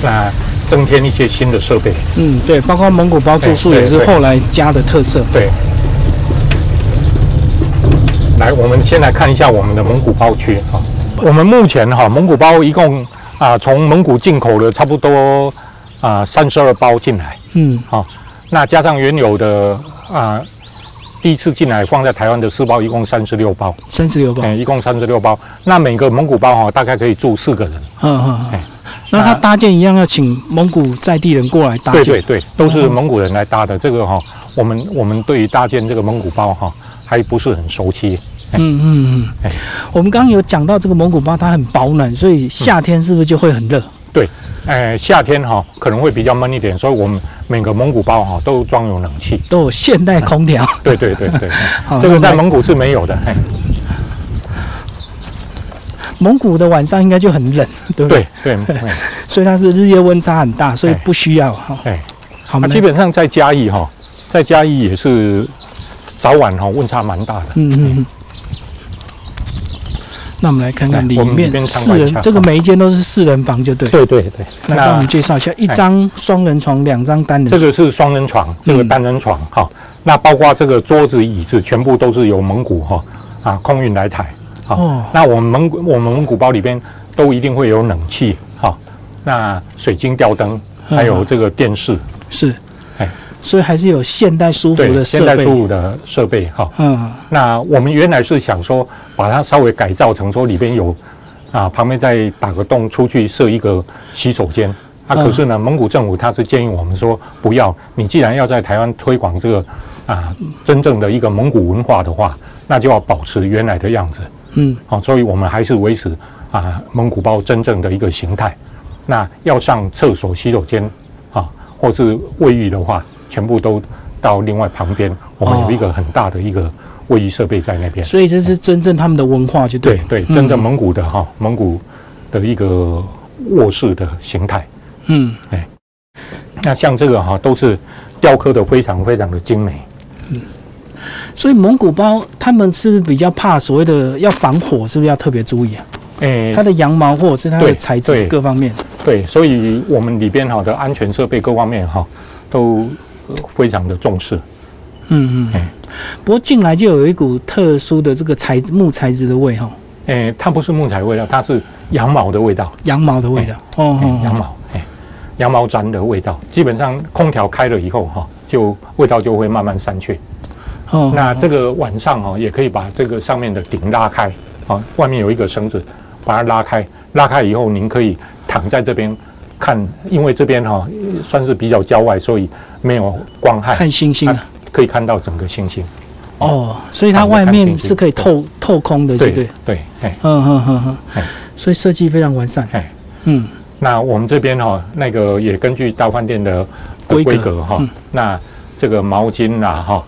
Speaker 2: 那增添一些新的设备。
Speaker 1: 嗯，对，包括蒙古包住宿
Speaker 2: 对
Speaker 1: 也是
Speaker 2: 对
Speaker 1: 后来加的特色。
Speaker 2: 对，来，我们先来看一下我们的蒙古包区啊、我们目前哈、蒙古包一共啊、从蒙古进口了差不多啊三十二包进来。
Speaker 1: 嗯
Speaker 2: 好、那加上原有的啊、第一次进来放在台湾的四包，一共三十六包，
Speaker 1: 三十六包。
Speaker 2: 嗯，一共三十六包。那每个蒙古包哈、大概可以住四个人。
Speaker 1: 嗯嗯嗯
Speaker 2: 哎。
Speaker 1: 那他搭建一样要请蒙古在地人过来搭
Speaker 2: 对
Speaker 1: 建
Speaker 2: 对。对，都是蒙古人来搭的。这个哈、我们我们对于搭建这个蒙古包哈、还不是很熟悉。
Speaker 1: 嗯嗯嗯
Speaker 2: 哎。
Speaker 1: 我们刚刚有讲到这个蒙古包，它很保暖，所以夏天是不是就会很热？
Speaker 2: 对，呃，夏天哈、可能会比较闷一点，所以我们每个蒙古包哈、都装有冷气。
Speaker 1: 都有现代空 调。
Speaker 2: 对对对对，
Speaker 1: 好那我
Speaker 2: 这个
Speaker 1: 们嗯
Speaker 2: 在
Speaker 1: 来
Speaker 2: 蒙古是没有的。哎嘿
Speaker 1: 蒙古的晚上应该就很冷，对不对？
Speaker 2: 对 对，哎嘿
Speaker 1: 所以它是日夜温差很大，所以
Speaker 2: 哎
Speaker 1: 不需要哈。
Speaker 2: 哎。
Speaker 1: 好，我
Speaker 2: 那、
Speaker 1: 们来
Speaker 2: 基本上在嘉义哈、在嘉义也是早晚哈、温差蛮大的。
Speaker 1: 嗯嗯。嗯，那我们来看看
Speaker 2: 来
Speaker 1: 里
Speaker 2: 我们里
Speaker 1: 面
Speaker 2: 面参
Speaker 1: 四
Speaker 2: 观一
Speaker 1: 人
Speaker 2: 下，
Speaker 1: 这个每一间都是四人房，就对。
Speaker 2: 对对对，
Speaker 1: 来帮我
Speaker 2: 那
Speaker 1: 们介绍一下，一张双人床，两张单人
Speaker 2: 这
Speaker 1: 床。
Speaker 2: 个是双人床，这个单人床
Speaker 1: 嗯
Speaker 2: 哈、那包括这个桌子、椅子，全部都是由蒙古哈、啊空运来台。好、
Speaker 1: 哦
Speaker 2: 那我们蒙古我们蒙古包里边都一定会有冷气哈、那水晶吊灯，
Speaker 1: 嗯
Speaker 2: 还有这个电视，
Speaker 1: 是
Speaker 2: 哎，
Speaker 1: 所以还是有现代舒服
Speaker 2: 对，
Speaker 1: 的
Speaker 2: 现
Speaker 1: 设
Speaker 2: 代
Speaker 1: 备。
Speaker 2: 住的设备哈、
Speaker 1: 嗯，
Speaker 2: 那我们原来是想说，把它稍微改造成说里边有啊，旁边再打个洞出去设一个洗手间。啊，
Speaker 1: 嗯
Speaker 2: 可是呢，蒙古政府他是建议我们说，不要，你既然要在台湾推广这个啊真正的一个蒙古文化的话，那就要保持原来的样子。
Speaker 1: 嗯，
Speaker 2: 哦，所以我们还是维持啊蒙古包真正的一个形态。那要上厕所、洗手间啊，或是卫浴的话，全部都到另外旁边，我们有一个很大的一个卫浴设备在那边。
Speaker 1: 所以这是真正他们的文化，就
Speaker 2: 对
Speaker 1: 对。
Speaker 2: 对，真正蒙古的哈、蒙古的一个卧室的形态。
Speaker 1: 嗯，
Speaker 2: 那像这个哈、都是雕刻的非常非常的精美。
Speaker 1: 所以蒙古包他们是不是比较怕所谓的要防火，是不是要特别注意啊？
Speaker 2: 诶、
Speaker 1: 它的羊毛或者是它的
Speaker 2: 对
Speaker 1: 材质
Speaker 2: 对
Speaker 1: 各方面。
Speaker 2: 对，所以我们里边哈的安全设备各方面哈、都呃非常的重视。
Speaker 1: 嗯嗯嗯
Speaker 2: 哎。
Speaker 1: 不过进来就有一股特殊的这个材质木材质的味哈，
Speaker 2: 诶、哎它不是木材味道，它是羊毛的味道，
Speaker 1: 羊毛的味道。哦
Speaker 2: 诶
Speaker 1: 哦
Speaker 2: 嗯羊
Speaker 1: 哦，
Speaker 2: 毛，诶、羊毛毡的味道。基本上空调开了以后哈、就味道就会慢慢散去。
Speaker 1: 哦
Speaker 2: 那这个晚上哦，也可以把这个上面的顶拉开，啊，外面有一个绳子，把它拉开，拉开以后您可以躺在这边看，因为这边哈、算是比较郊外，所以没有光害，
Speaker 1: 看星星啊。
Speaker 2: 可以看到整个星星。
Speaker 1: 哦，所以它外面是可以
Speaker 2: 啊
Speaker 1: 透透空的，对不对？
Speaker 2: 对，哎
Speaker 1: 嗯哼哼哼
Speaker 2: 哎，
Speaker 1: 所以设计非常完善。
Speaker 2: 哎。
Speaker 1: 嗯，
Speaker 2: 那我们这边哈、那个也根据大饭店的的
Speaker 1: 规格嗯
Speaker 2: 规格哈、那这个毛巾啦哈，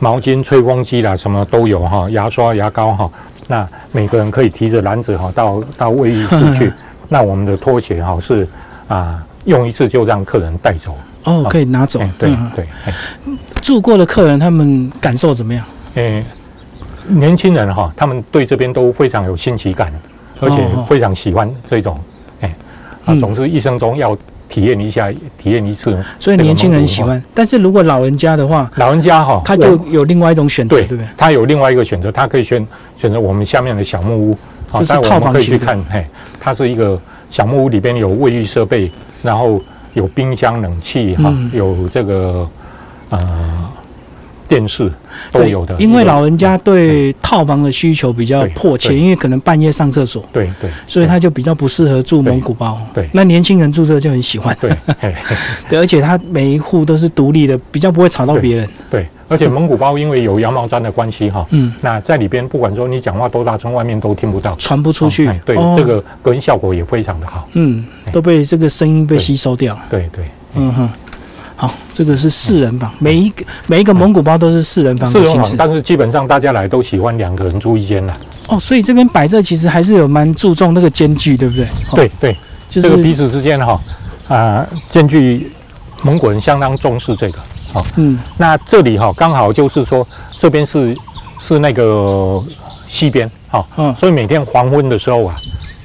Speaker 2: 毛巾、吹风机啦，什么都有哈，牙刷、牙膏哈。那每个人可以提着篮子哈，到到卫浴 室去。那我们的拖鞋哈是啊，用一次就让客人带走。
Speaker 1: 哦，可以拿走
Speaker 2: 哎，。对
Speaker 1: 嗯
Speaker 2: 对，哎
Speaker 1: 住过的客人他们感受怎么样？
Speaker 2: 诶，年轻人哈，他们对这边都非常有新奇感，而且
Speaker 1: 哦
Speaker 2: 非常喜欢这种，哎、啊，
Speaker 1: 嗯
Speaker 2: 总之一生中要体验一下，体验一次。
Speaker 1: 所以年轻人喜
Speaker 2: 这个蒙古文
Speaker 1: 欢，但是如果老人家的话，
Speaker 2: 化，老人家哈，
Speaker 1: 他就
Speaker 2: 我
Speaker 1: 有另外一种选择，
Speaker 2: 对
Speaker 1: 对不对？
Speaker 2: 他有另外一个选择，他可以选选择我们下面的小木屋，啊
Speaker 1: 就是
Speaker 2: 但
Speaker 1: 套
Speaker 2: 我
Speaker 1: 房
Speaker 2: 们可以
Speaker 1: 型
Speaker 2: 去
Speaker 1: 的
Speaker 2: 看，嘿，它是一个小木屋，里边有卫浴设备，然后有冰箱、冷气哈
Speaker 1: 嗯，
Speaker 2: 有这个呃电视都
Speaker 1: 对
Speaker 2: 有的，
Speaker 1: 因为
Speaker 2: 一个
Speaker 1: 老人家对套房的需求比较
Speaker 2: 对
Speaker 1: 迫切，
Speaker 2: 对
Speaker 1: 因为可能半夜上厕所，
Speaker 2: 对对，
Speaker 1: 所以他就比较不适合住蒙古包。
Speaker 2: 对对
Speaker 1: 那年轻人住这个就很喜欢，
Speaker 2: 对，嘿 嘿
Speaker 1: 对，而且他每一户都是独立的，比较不会吵到别人。
Speaker 2: 对，而且蒙古包因为有羊毛毡的关系哈，
Speaker 1: 嗯，
Speaker 2: 那在里边不管说你讲话多大声，外面都听不到。
Speaker 1: 传不出去
Speaker 2: 哎。对，
Speaker 1: 哦
Speaker 2: 这，个隔音效果也非常的好。
Speaker 1: 嗯，都被这个声音被吸收掉。
Speaker 2: 对对，哎
Speaker 1: 嗯哼，好，这个是四人房，每一个每一个蒙古包都是四人房
Speaker 2: 四
Speaker 1: 的
Speaker 2: 人
Speaker 1: 形
Speaker 2: 房，
Speaker 1: 式。
Speaker 2: 但是基本上大家来都喜欢两个人住一间啦。
Speaker 1: 哦，所以这边摆设其实还是有蛮注重那个间距，对不对？哦，
Speaker 2: 对对，
Speaker 1: 就
Speaker 2: 这个彼
Speaker 1: 是
Speaker 2: 此之间哈，啊，兼具蒙古人相当重视这个。好，
Speaker 1: 嗯，
Speaker 2: 那这里哈刚好就是说这边是是那个西边哈，
Speaker 1: 嗯
Speaker 2: 所以每天黄昏的时候啊，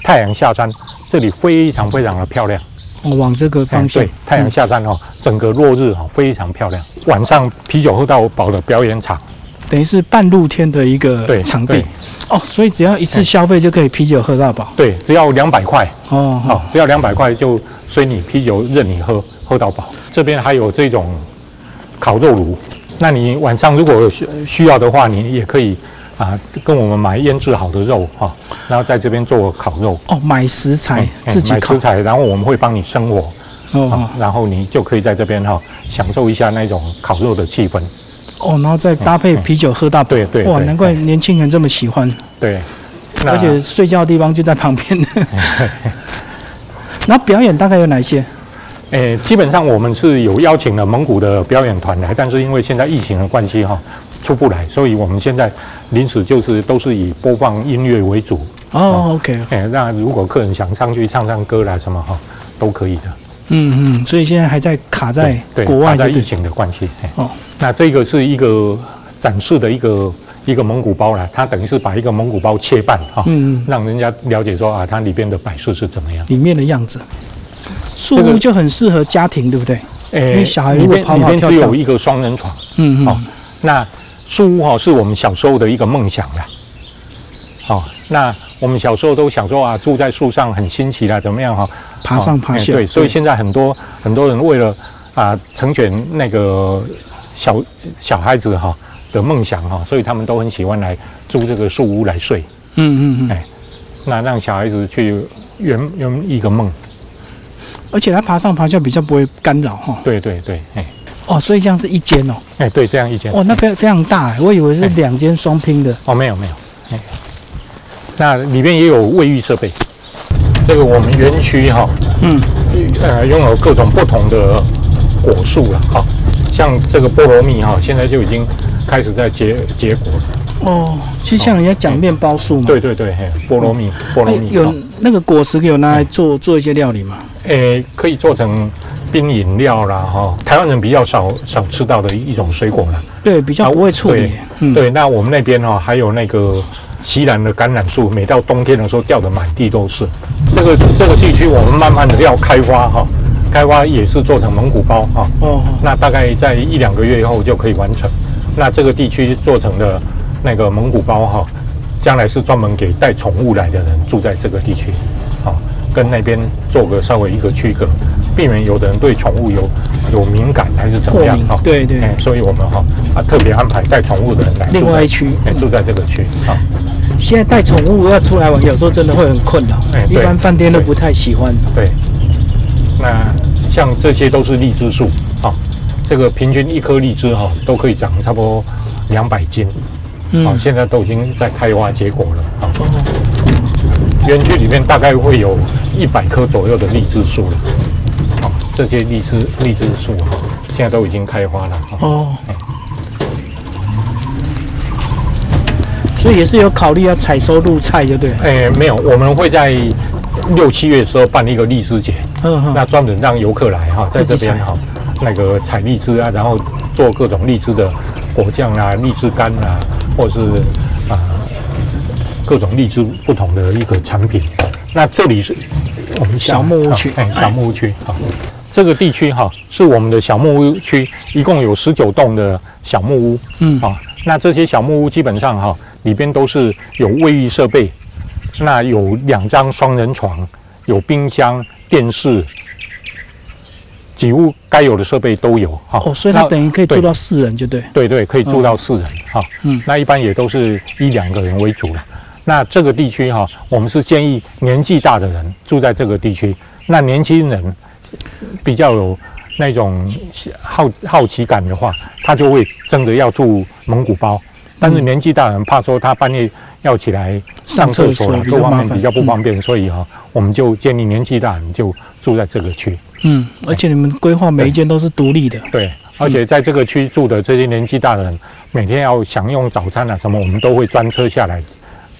Speaker 2: 太阳下山，这里非常非常的漂亮。
Speaker 1: 哦往这个方向嗯
Speaker 2: 哎对，太阳下山哦，整个落日哦，非常漂亮。晚上啤酒喝到饱的表演场，
Speaker 1: 等于是半露天的一个
Speaker 2: 对，
Speaker 1: 场
Speaker 2: 对哎
Speaker 1: 地。哦，所以只要一次消费就可以啤酒喝到饱。
Speaker 2: 对，只要两百块，
Speaker 1: 哦，
Speaker 2: 哦，只要两百块就随你啤酒任你喝，喝到饱。这边还有这种烤肉炉，那你晚上如果有需需要的话，你也可以啊跟我们买腌制好的肉哈、然后在这边做烤肉，
Speaker 1: 哦，买食材
Speaker 2: 哎
Speaker 1: 自己
Speaker 2: 买
Speaker 1: 烤
Speaker 2: 食。材，然后我们会帮你生火，
Speaker 1: 哦
Speaker 2: 啊然后你就可以在这边哈、享受一下那种烤肉的气氛。
Speaker 1: 哦，然后再搭配啤酒喝到饱。
Speaker 2: 嗯对对
Speaker 1: 哇，
Speaker 2: 对
Speaker 1: 难怪
Speaker 2: 对
Speaker 1: 年轻人这么喜欢，
Speaker 2: 对，那
Speaker 1: 而且睡觉的地方就在旁边。 然后表演大概有哪些？
Speaker 2: 诶、基本上我们是有邀请了蒙古的表演团来，但是因为现在疫情的关系哈、出不来，所以我们现在临时就是都是以播放音乐为主。
Speaker 1: 哦，OK，
Speaker 2: 诶、那如果客人想上去唱唱歌啦什么哈、都可以的。
Speaker 1: 嗯嗯，所以现在还在卡在
Speaker 2: 对，
Speaker 1: 国外
Speaker 2: 它在
Speaker 1: 的
Speaker 2: 疫情的关系。诶
Speaker 1: 哦，
Speaker 2: 那这个是一个展示的一个一个蒙古包啦，它等于是把一个蒙古包切半哈、
Speaker 1: 嗯嗯
Speaker 2: 让人家了解说啊，它里边的摆设是怎么样。
Speaker 1: 里面的样子。树
Speaker 2: 这个
Speaker 1: 屋就很适合家庭，对不对？
Speaker 2: 诶、
Speaker 1: 因为小孩如
Speaker 2: 里
Speaker 1: 果
Speaker 2: 边
Speaker 1: 跑
Speaker 2: 里
Speaker 1: 跑
Speaker 2: 边
Speaker 1: 跳
Speaker 2: 只
Speaker 1: 跳
Speaker 2: 有一个双人床。
Speaker 1: 嗯
Speaker 2: 哦
Speaker 1: 嗯，
Speaker 2: 那树屋哈、是我们小时候的一个梦想啦。哦，那我们小时候都想说啊，住在树上很新奇啦，怎么样哈、
Speaker 1: 爬上爬
Speaker 2: 哦哎
Speaker 1: 下。
Speaker 2: 对，所以现在很多很多人为了啊成全那个小小孩子哈、的梦想哈、所以他们都很喜欢来住这个树屋来睡，
Speaker 1: 嗯嗯嗯，
Speaker 2: 哎那让小孩子去圆圆一个梦。
Speaker 1: 而且它爬上爬下比较不会干扰哈。
Speaker 2: 对对对，哎
Speaker 1: 哦，所以这样是一间哦。
Speaker 2: 哎，对，这样一间。
Speaker 1: 哦，那非非常大欸，我以为
Speaker 2: 哎
Speaker 1: 是两间双拼的。
Speaker 2: 哦，没有没有，哎，那里面也有卫浴设备。这个我们园区哈、
Speaker 1: 嗯，
Speaker 2: 呃，拥有各种不同的果树了哈、像这个菠萝蜜哈、现在就已经开始在结结果了。
Speaker 1: 哦，就像人家讲面包树嘛。
Speaker 2: 对对对，嘿，菠萝蜜，菠
Speaker 1: 哎
Speaker 2: 萝蜜
Speaker 1: 有
Speaker 2: 哈，
Speaker 1: 那个果实有拿来做做一些料理嘛？
Speaker 2: 诶、哎可以做成冰饮料啦哈、台湾人比较少少吃到的一种水果啦。
Speaker 1: 对，比较不会处理
Speaker 2: 啊对。
Speaker 1: 嗯，
Speaker 2: 对，那我们那边哦，还有那个西兰的橄榄树，每到冬天的时候掉的满地都是。这个这个地区我们慢慢的要开挖哈、开挖也是做成蒙古包哈、
Speaker 1: 哦，
Speaker 2: 那大概在一两个月以后就可以完成。那这个地区做成的那个蒙古包哈、将来是专门给带宠物来的人住在这个地区，好、跟那边做个稍微一个区隔，避免有的人对宠物有有敏感还是怎么
Speaker 1: 过
Speaker 2: 样
Speaker 1: 敏
Speaker 2: 哈、。
Speaker 1: 对对。
Speaker 2: 哎，所以我们哈啊特别安排带宠物的人来住在
Speaker 1: 另外一区
Speaker 2: 哎住在这个区啊，
Speaker 1: 现在带宠物要出来玩，有时候真的会很困扰
Speaker 2: 哎，
Speaker 1: 一
Speaker 2: 对
Speaker 1: 般饭店都不太喜欢。
Speaker 2: 对。那像这些都是荔枝树啊，这个平均一颗荔枝哈都可以长差不多两百斤，啊，
Speaker 1: 嗯，
Speaker 2: 现在都已经在开花结果了啊。园区里面大概会有一百棵左右的荔枝树了，啊，这些荔枝荔枝树啊，现在都已经开花了。哈
Speaker 1: 哦，所以也是有考虑要采收入菜，就对了。
Speaker 2: 哎，没有，我们会在六七月的时候办一个荔枝节，
Speaker 1: 嗯
Speaker 2: 那专门让游客来哈，在
Speaker 1: 自
Speaker 2: 这
Speaker 1: 己
Speaker 2: 边
Speaker 1: 采
Speaker 2: 哈，那个采荔枝啊，然后做各种荔枝的果酱啊、荔枝干啊，或是啊各种荔枝不同的一个产品。那这里是我们下
Speaker 1: 小木屋区
Speaker 2: 啊哎，小木屋区啊，这个地区哈是我们的小木屋区，一共有十九栋的小木屋。
Speaker 1: 嗯
Speaker 2: 啊、那这些小木屋基本上哈、里边都是有卫浴设备，那有两张双人床，有冰箱、电视，几乎该有的设备都有哈。
Speaker 1: 哦，所以他
Speaker 2: 那
Speaker 1: 等于可以
Speaker 2: 对
Speaker 1: 做到四人，就对。
Speaker 2: 对对，可以住到四人哈、
Speaker 1: 嗯
Speaker 2: 那一般也都是一两个人为主了。那这个地区哈、我们是建议年纪大的人住在这个地区，那年轻人比较有那种好好奇感的话，他就会争着要住蒙古包。但
Speaker 1: 嗯
Speaker 2: 是年纪大的人怕说他半夜要起来上厕所
Speaker 1: 上
Speaker 2: 了，
Speaker 1: 厕所比较
Speaker 2: 各方
Speaker 1: 麻
Speaker 2: 面
Speaker 1: 烦嗯
Speaker 2: 比较不方便，所以哈、我们就建议年纪大的人就住在这个区。
Speaker 1: 嗯，而且你们规划每一间都是独立的。
Speaker 2: 对，而且在这个区住的这些年纪大的人，每天要享用早餐啊什么，我们都会专车下来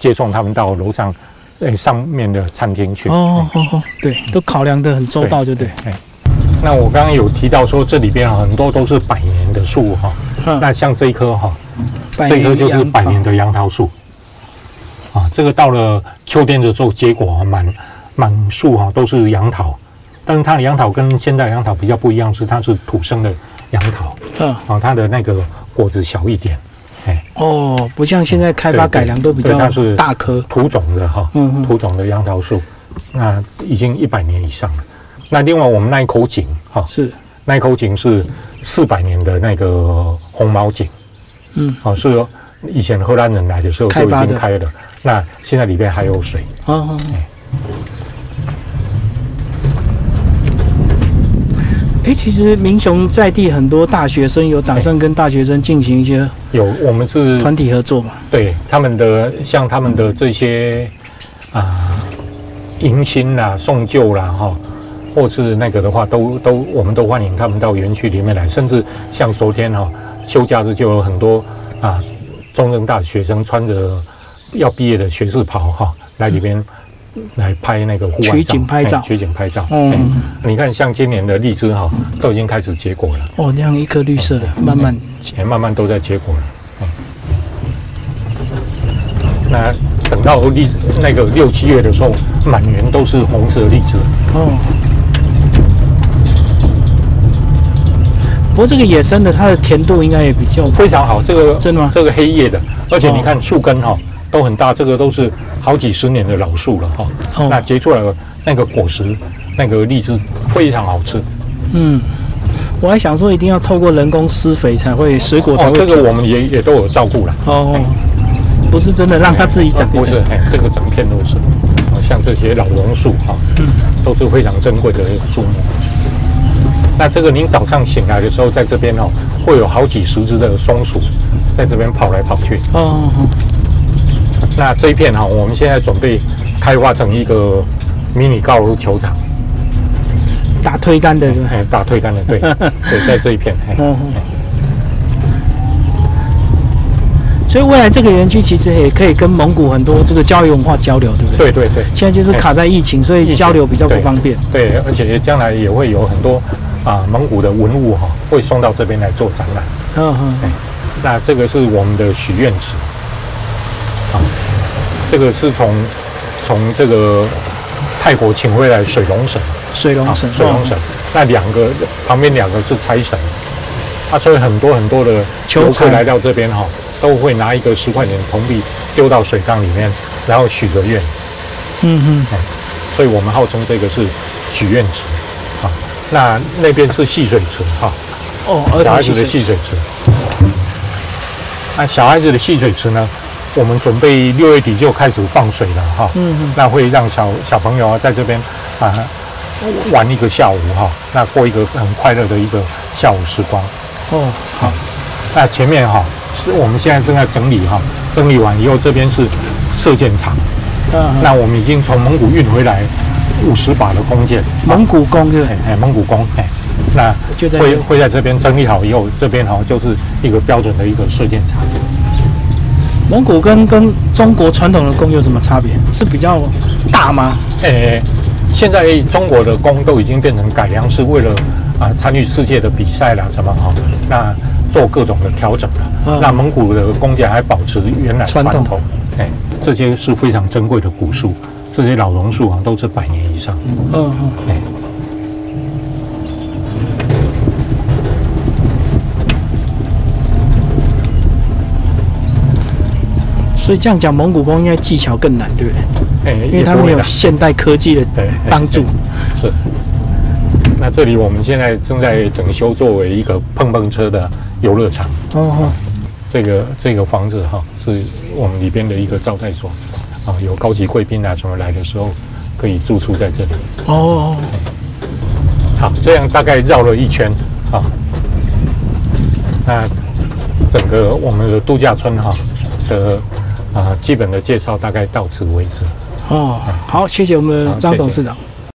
Speaker 2: 接送他们到楼上，诶、上面的餐厅去。
Speaker 1: 哦哦哦，对，都考量的很周到，就对。
Speaker 2: 哎，那我刚刚有提到说，这里边啊很多都是百年的树哈、
Speaker 1: 嗯
Speaker 2: 那像这一棵哈、
Speaker 1: 百
Speaker 2: 这一棵就是
Speaker 1: 杨
Speaker 2: 百
Speaker 1: 桃
Speaker 2: 年的杨桃树啊，这个到了秋天的时候，结果啊满满树哈、都是杨桃，但是它的杨桃跟现在的杨桃比较不一样，是它是土生的杨桃。
Speaker 1: 嗯，
Speaker 2: 哦，它的那个果子小一点，哎，
Speaker 1: 哦，不像现在开发
Speaker 2: 对对
Speaker 1: 改良都比
Speaker 2: 对
Speaker 1: 较
Speaker 2: 它是
Speaker 1: 大颗。
Speaker 2: 土种的哈、
Speaker 1: 嗯嗯
Speaker 2: 土种的杨桃树，那已经一百年以上了。那另外我们那一口井哈、
Speaker 1: 是，
Speaker 2: 那一口井是四百年的那个红毛井，
Speaker 1: 嗯，
Speaker 2: 哦，是以前荷兰人来的时候就
Speaker 1: 开发
Speaker 2: 已
Speaker 1: 的
Speaker 2: 经开了，那现在里面还有水。
Speaker 1: 哦哦。哦哎，其实民雄在地很多大学生有打算跟大学生进行一些
Speaker 2: 有，我们是
Speaker 1: 团体合作嘛？
Speaker 2: 对他们的像他们的这些啊迎新啦、送旧啦哈，或是那个的话，都都我们都欢迎他们到园区里面来，甚至像昨天哈、休假日就有很多啊中正大学生穿着要毕业的学士袍哈、来里边。来拍那个户外照
Speaker 1: 取景拍照
Speaker 2: 哎取景拍照。
Speaker 1: 嗯
Speaker 2: 哎你看，像今年的荔枝哈、都已经开始结果了，
Speaker 1: 哦，那样一颗绿色的，慢慢
Speaker 2: 也慢慢都在结果了。嗯、那等到荔那个六七月的时候，满园都是红色荔枝。
Speaker 1: 哦。不过这个野生的，它的甜度应该也比较
Speaker 2: 非常好，这个
Speaker 1: 真的吗
Speaker 2: 这个黑叶的，而且
Speaker 1: 哦
Speaker 2: 你看树根哈、都很大，这个都是好几十年的老树了哈、
Speaker 1: 哦
Speaker 2: 那结出来的那个果实，那个荔枝非常好吃。
Speaker 1: 嗯。我还想说，一定要透过人工施肥才会水果才
Speaker 2: 哦，
Speaker 1: 会
Speaker 2: 这
Speaker 1: 甜
Speaker 2: 个我们也也都有照顾了。
Speaker 1: 哦，不是真的让它自己长。
Speaker 2: 不
Speaker 1: 对
Speaker 2: 是
Speaker 1: 对，
Speaker 2: 哎，这个整片都是，哦像这些老榕树哈，
Speaker 1: 嗯
Speaker 2: 都是非常珍贵的树木。那这个您早上醒来的时候，在这边哦，会有好几十只的松鼠在这边跑来跑去。
Speaker 1: 哦，哦
Speaker 2: 那这一片哈、我们现在准备开发成一个迷你高尔夫球场，
Speaker 1: 打推杆的是吧？
Speaker 2: 哎，打推杆的， 对，对，在这一片，哎，
Speaker 1: 嗯嗯。所以未来这个园区其实也可以跟蒙古很多这个交流文化交流，对不对？
Speaker 2: 对对对。
Speaker 1: 现在就是卡在疫情，所以交流比较不方便。
Speaker 2: 对，而且将来也会有很多啊蒙古的文物哈、会送到这边来做展览。
Speaker 1: 嗯
Speaker 2: 哎
Speaker 1: 嗯，
Speaker 2: 那这个是我们的许愿池，啊，这个是从从这个泰国请回来水龙神
Speaker 1: 水龙
Speaker 2: 啊，
Speaker 1: 神，哦
Speaker 2: 水龙神，那两个旁边两个是财神，啊，所以很多很多的
Speaker 1: 求
Speaker 2: 游
Speaker 1: 财
Speaker 2: 客来到这边哈、都会拿一个十块钱铜币丢到水缸里面，然后许个愿，
Speaker 1: 嗯嗯，
Speaker 2: 所以我们号称这个是许愿池，啊，那那边是戏水池哈、
Speaker 1: 哦，儿
Speaker 2: 小孩
Speaker 1: 童戏
Speaker 2: 子的戏
Speaker 1: 水
Speaker 2: 水池。那小孩子的戏水池呢，我们准备六月底就开始放水了哈。
Speaker 1: 嗯嗯
Speaker 2: 那会让小小朋友啊在这边啊玩一个下午哈，那过一个很快乐的一个下午时光。
Speaker 1: 哦，好，
Speaker 2: 那前面哈，是我们现在正在整理哈，整理完以后这边是射箭场。
Speaker 1: 嗯，
Speaker 2: 那我们已经从蒙古运回来五十把的弓箭，
Speaker 1: 蒙古宫对不
Speaker 2: 哎
Speaker 1: 对？
Speaker 2: 哎蒙古弓哎，那
Speaker 1: 就在
Speaker 2: 会
Speaker 1: 这
Speaker 2: 会在这边整理好以后，这边哈就是一个标准的一个射箭场。
Speaker 1: 蒙古跟跟中国传统的弓有什么差别？是比较大吗？
Speaker 2: 诶、哎现在中国的弓都已经变成改良，是为了啊参与世界的比赛啦什么哈，那做各种的调整了。
Speaker 1: 嗯
Speaker 2: 那蒙古的弓箭还保持原来传
Speaker 1: 传统
Speaker 2: 统，诶、这些是非常珍贵的古树，这些老榕树啊都是百年以上。
Speaker 1: 嗯嗯。
Speaker 2: 哎
Speaker 1: 所以这样讲，蒙古弓应该技巧更难，对不对？
Speaker 2: 诶、
Speaker 1: 因为
Speaker 2: 哎也
Speaker 1: 它
Speaker 2: 不
Speaker 1: 没
Speaker 2: 会
Speaker 1: 有
Speaker 2: 啦
Speaker 1: 现代科技的
Speaker 2: 对哎
Speaker 1: 帮助。
Speaker 2: 是。那这里我们现在正在整修，作为一个碰碰车的游乐场。
Speaker 1: 哦哦，
Speaker 2: 这个这个房子哈、是我们里边的一个招待所，啊，有高级贵宾啊什么来的时候可以住宿在这里。
Speaker 1: 哦哦，哦
Speaker 2: 好，这样大概绕了一圈啊。那整个我们的度假村哈、的啊、基本的介绍大概到此为止。
Speaker 1: 哦，好，谢谢我们的
Speaker 2: 好
Speaker 1: 张
Speaker 2: 谢
Speaker 1: 董
Speaker 2: 谢
Speaker 1: 事长。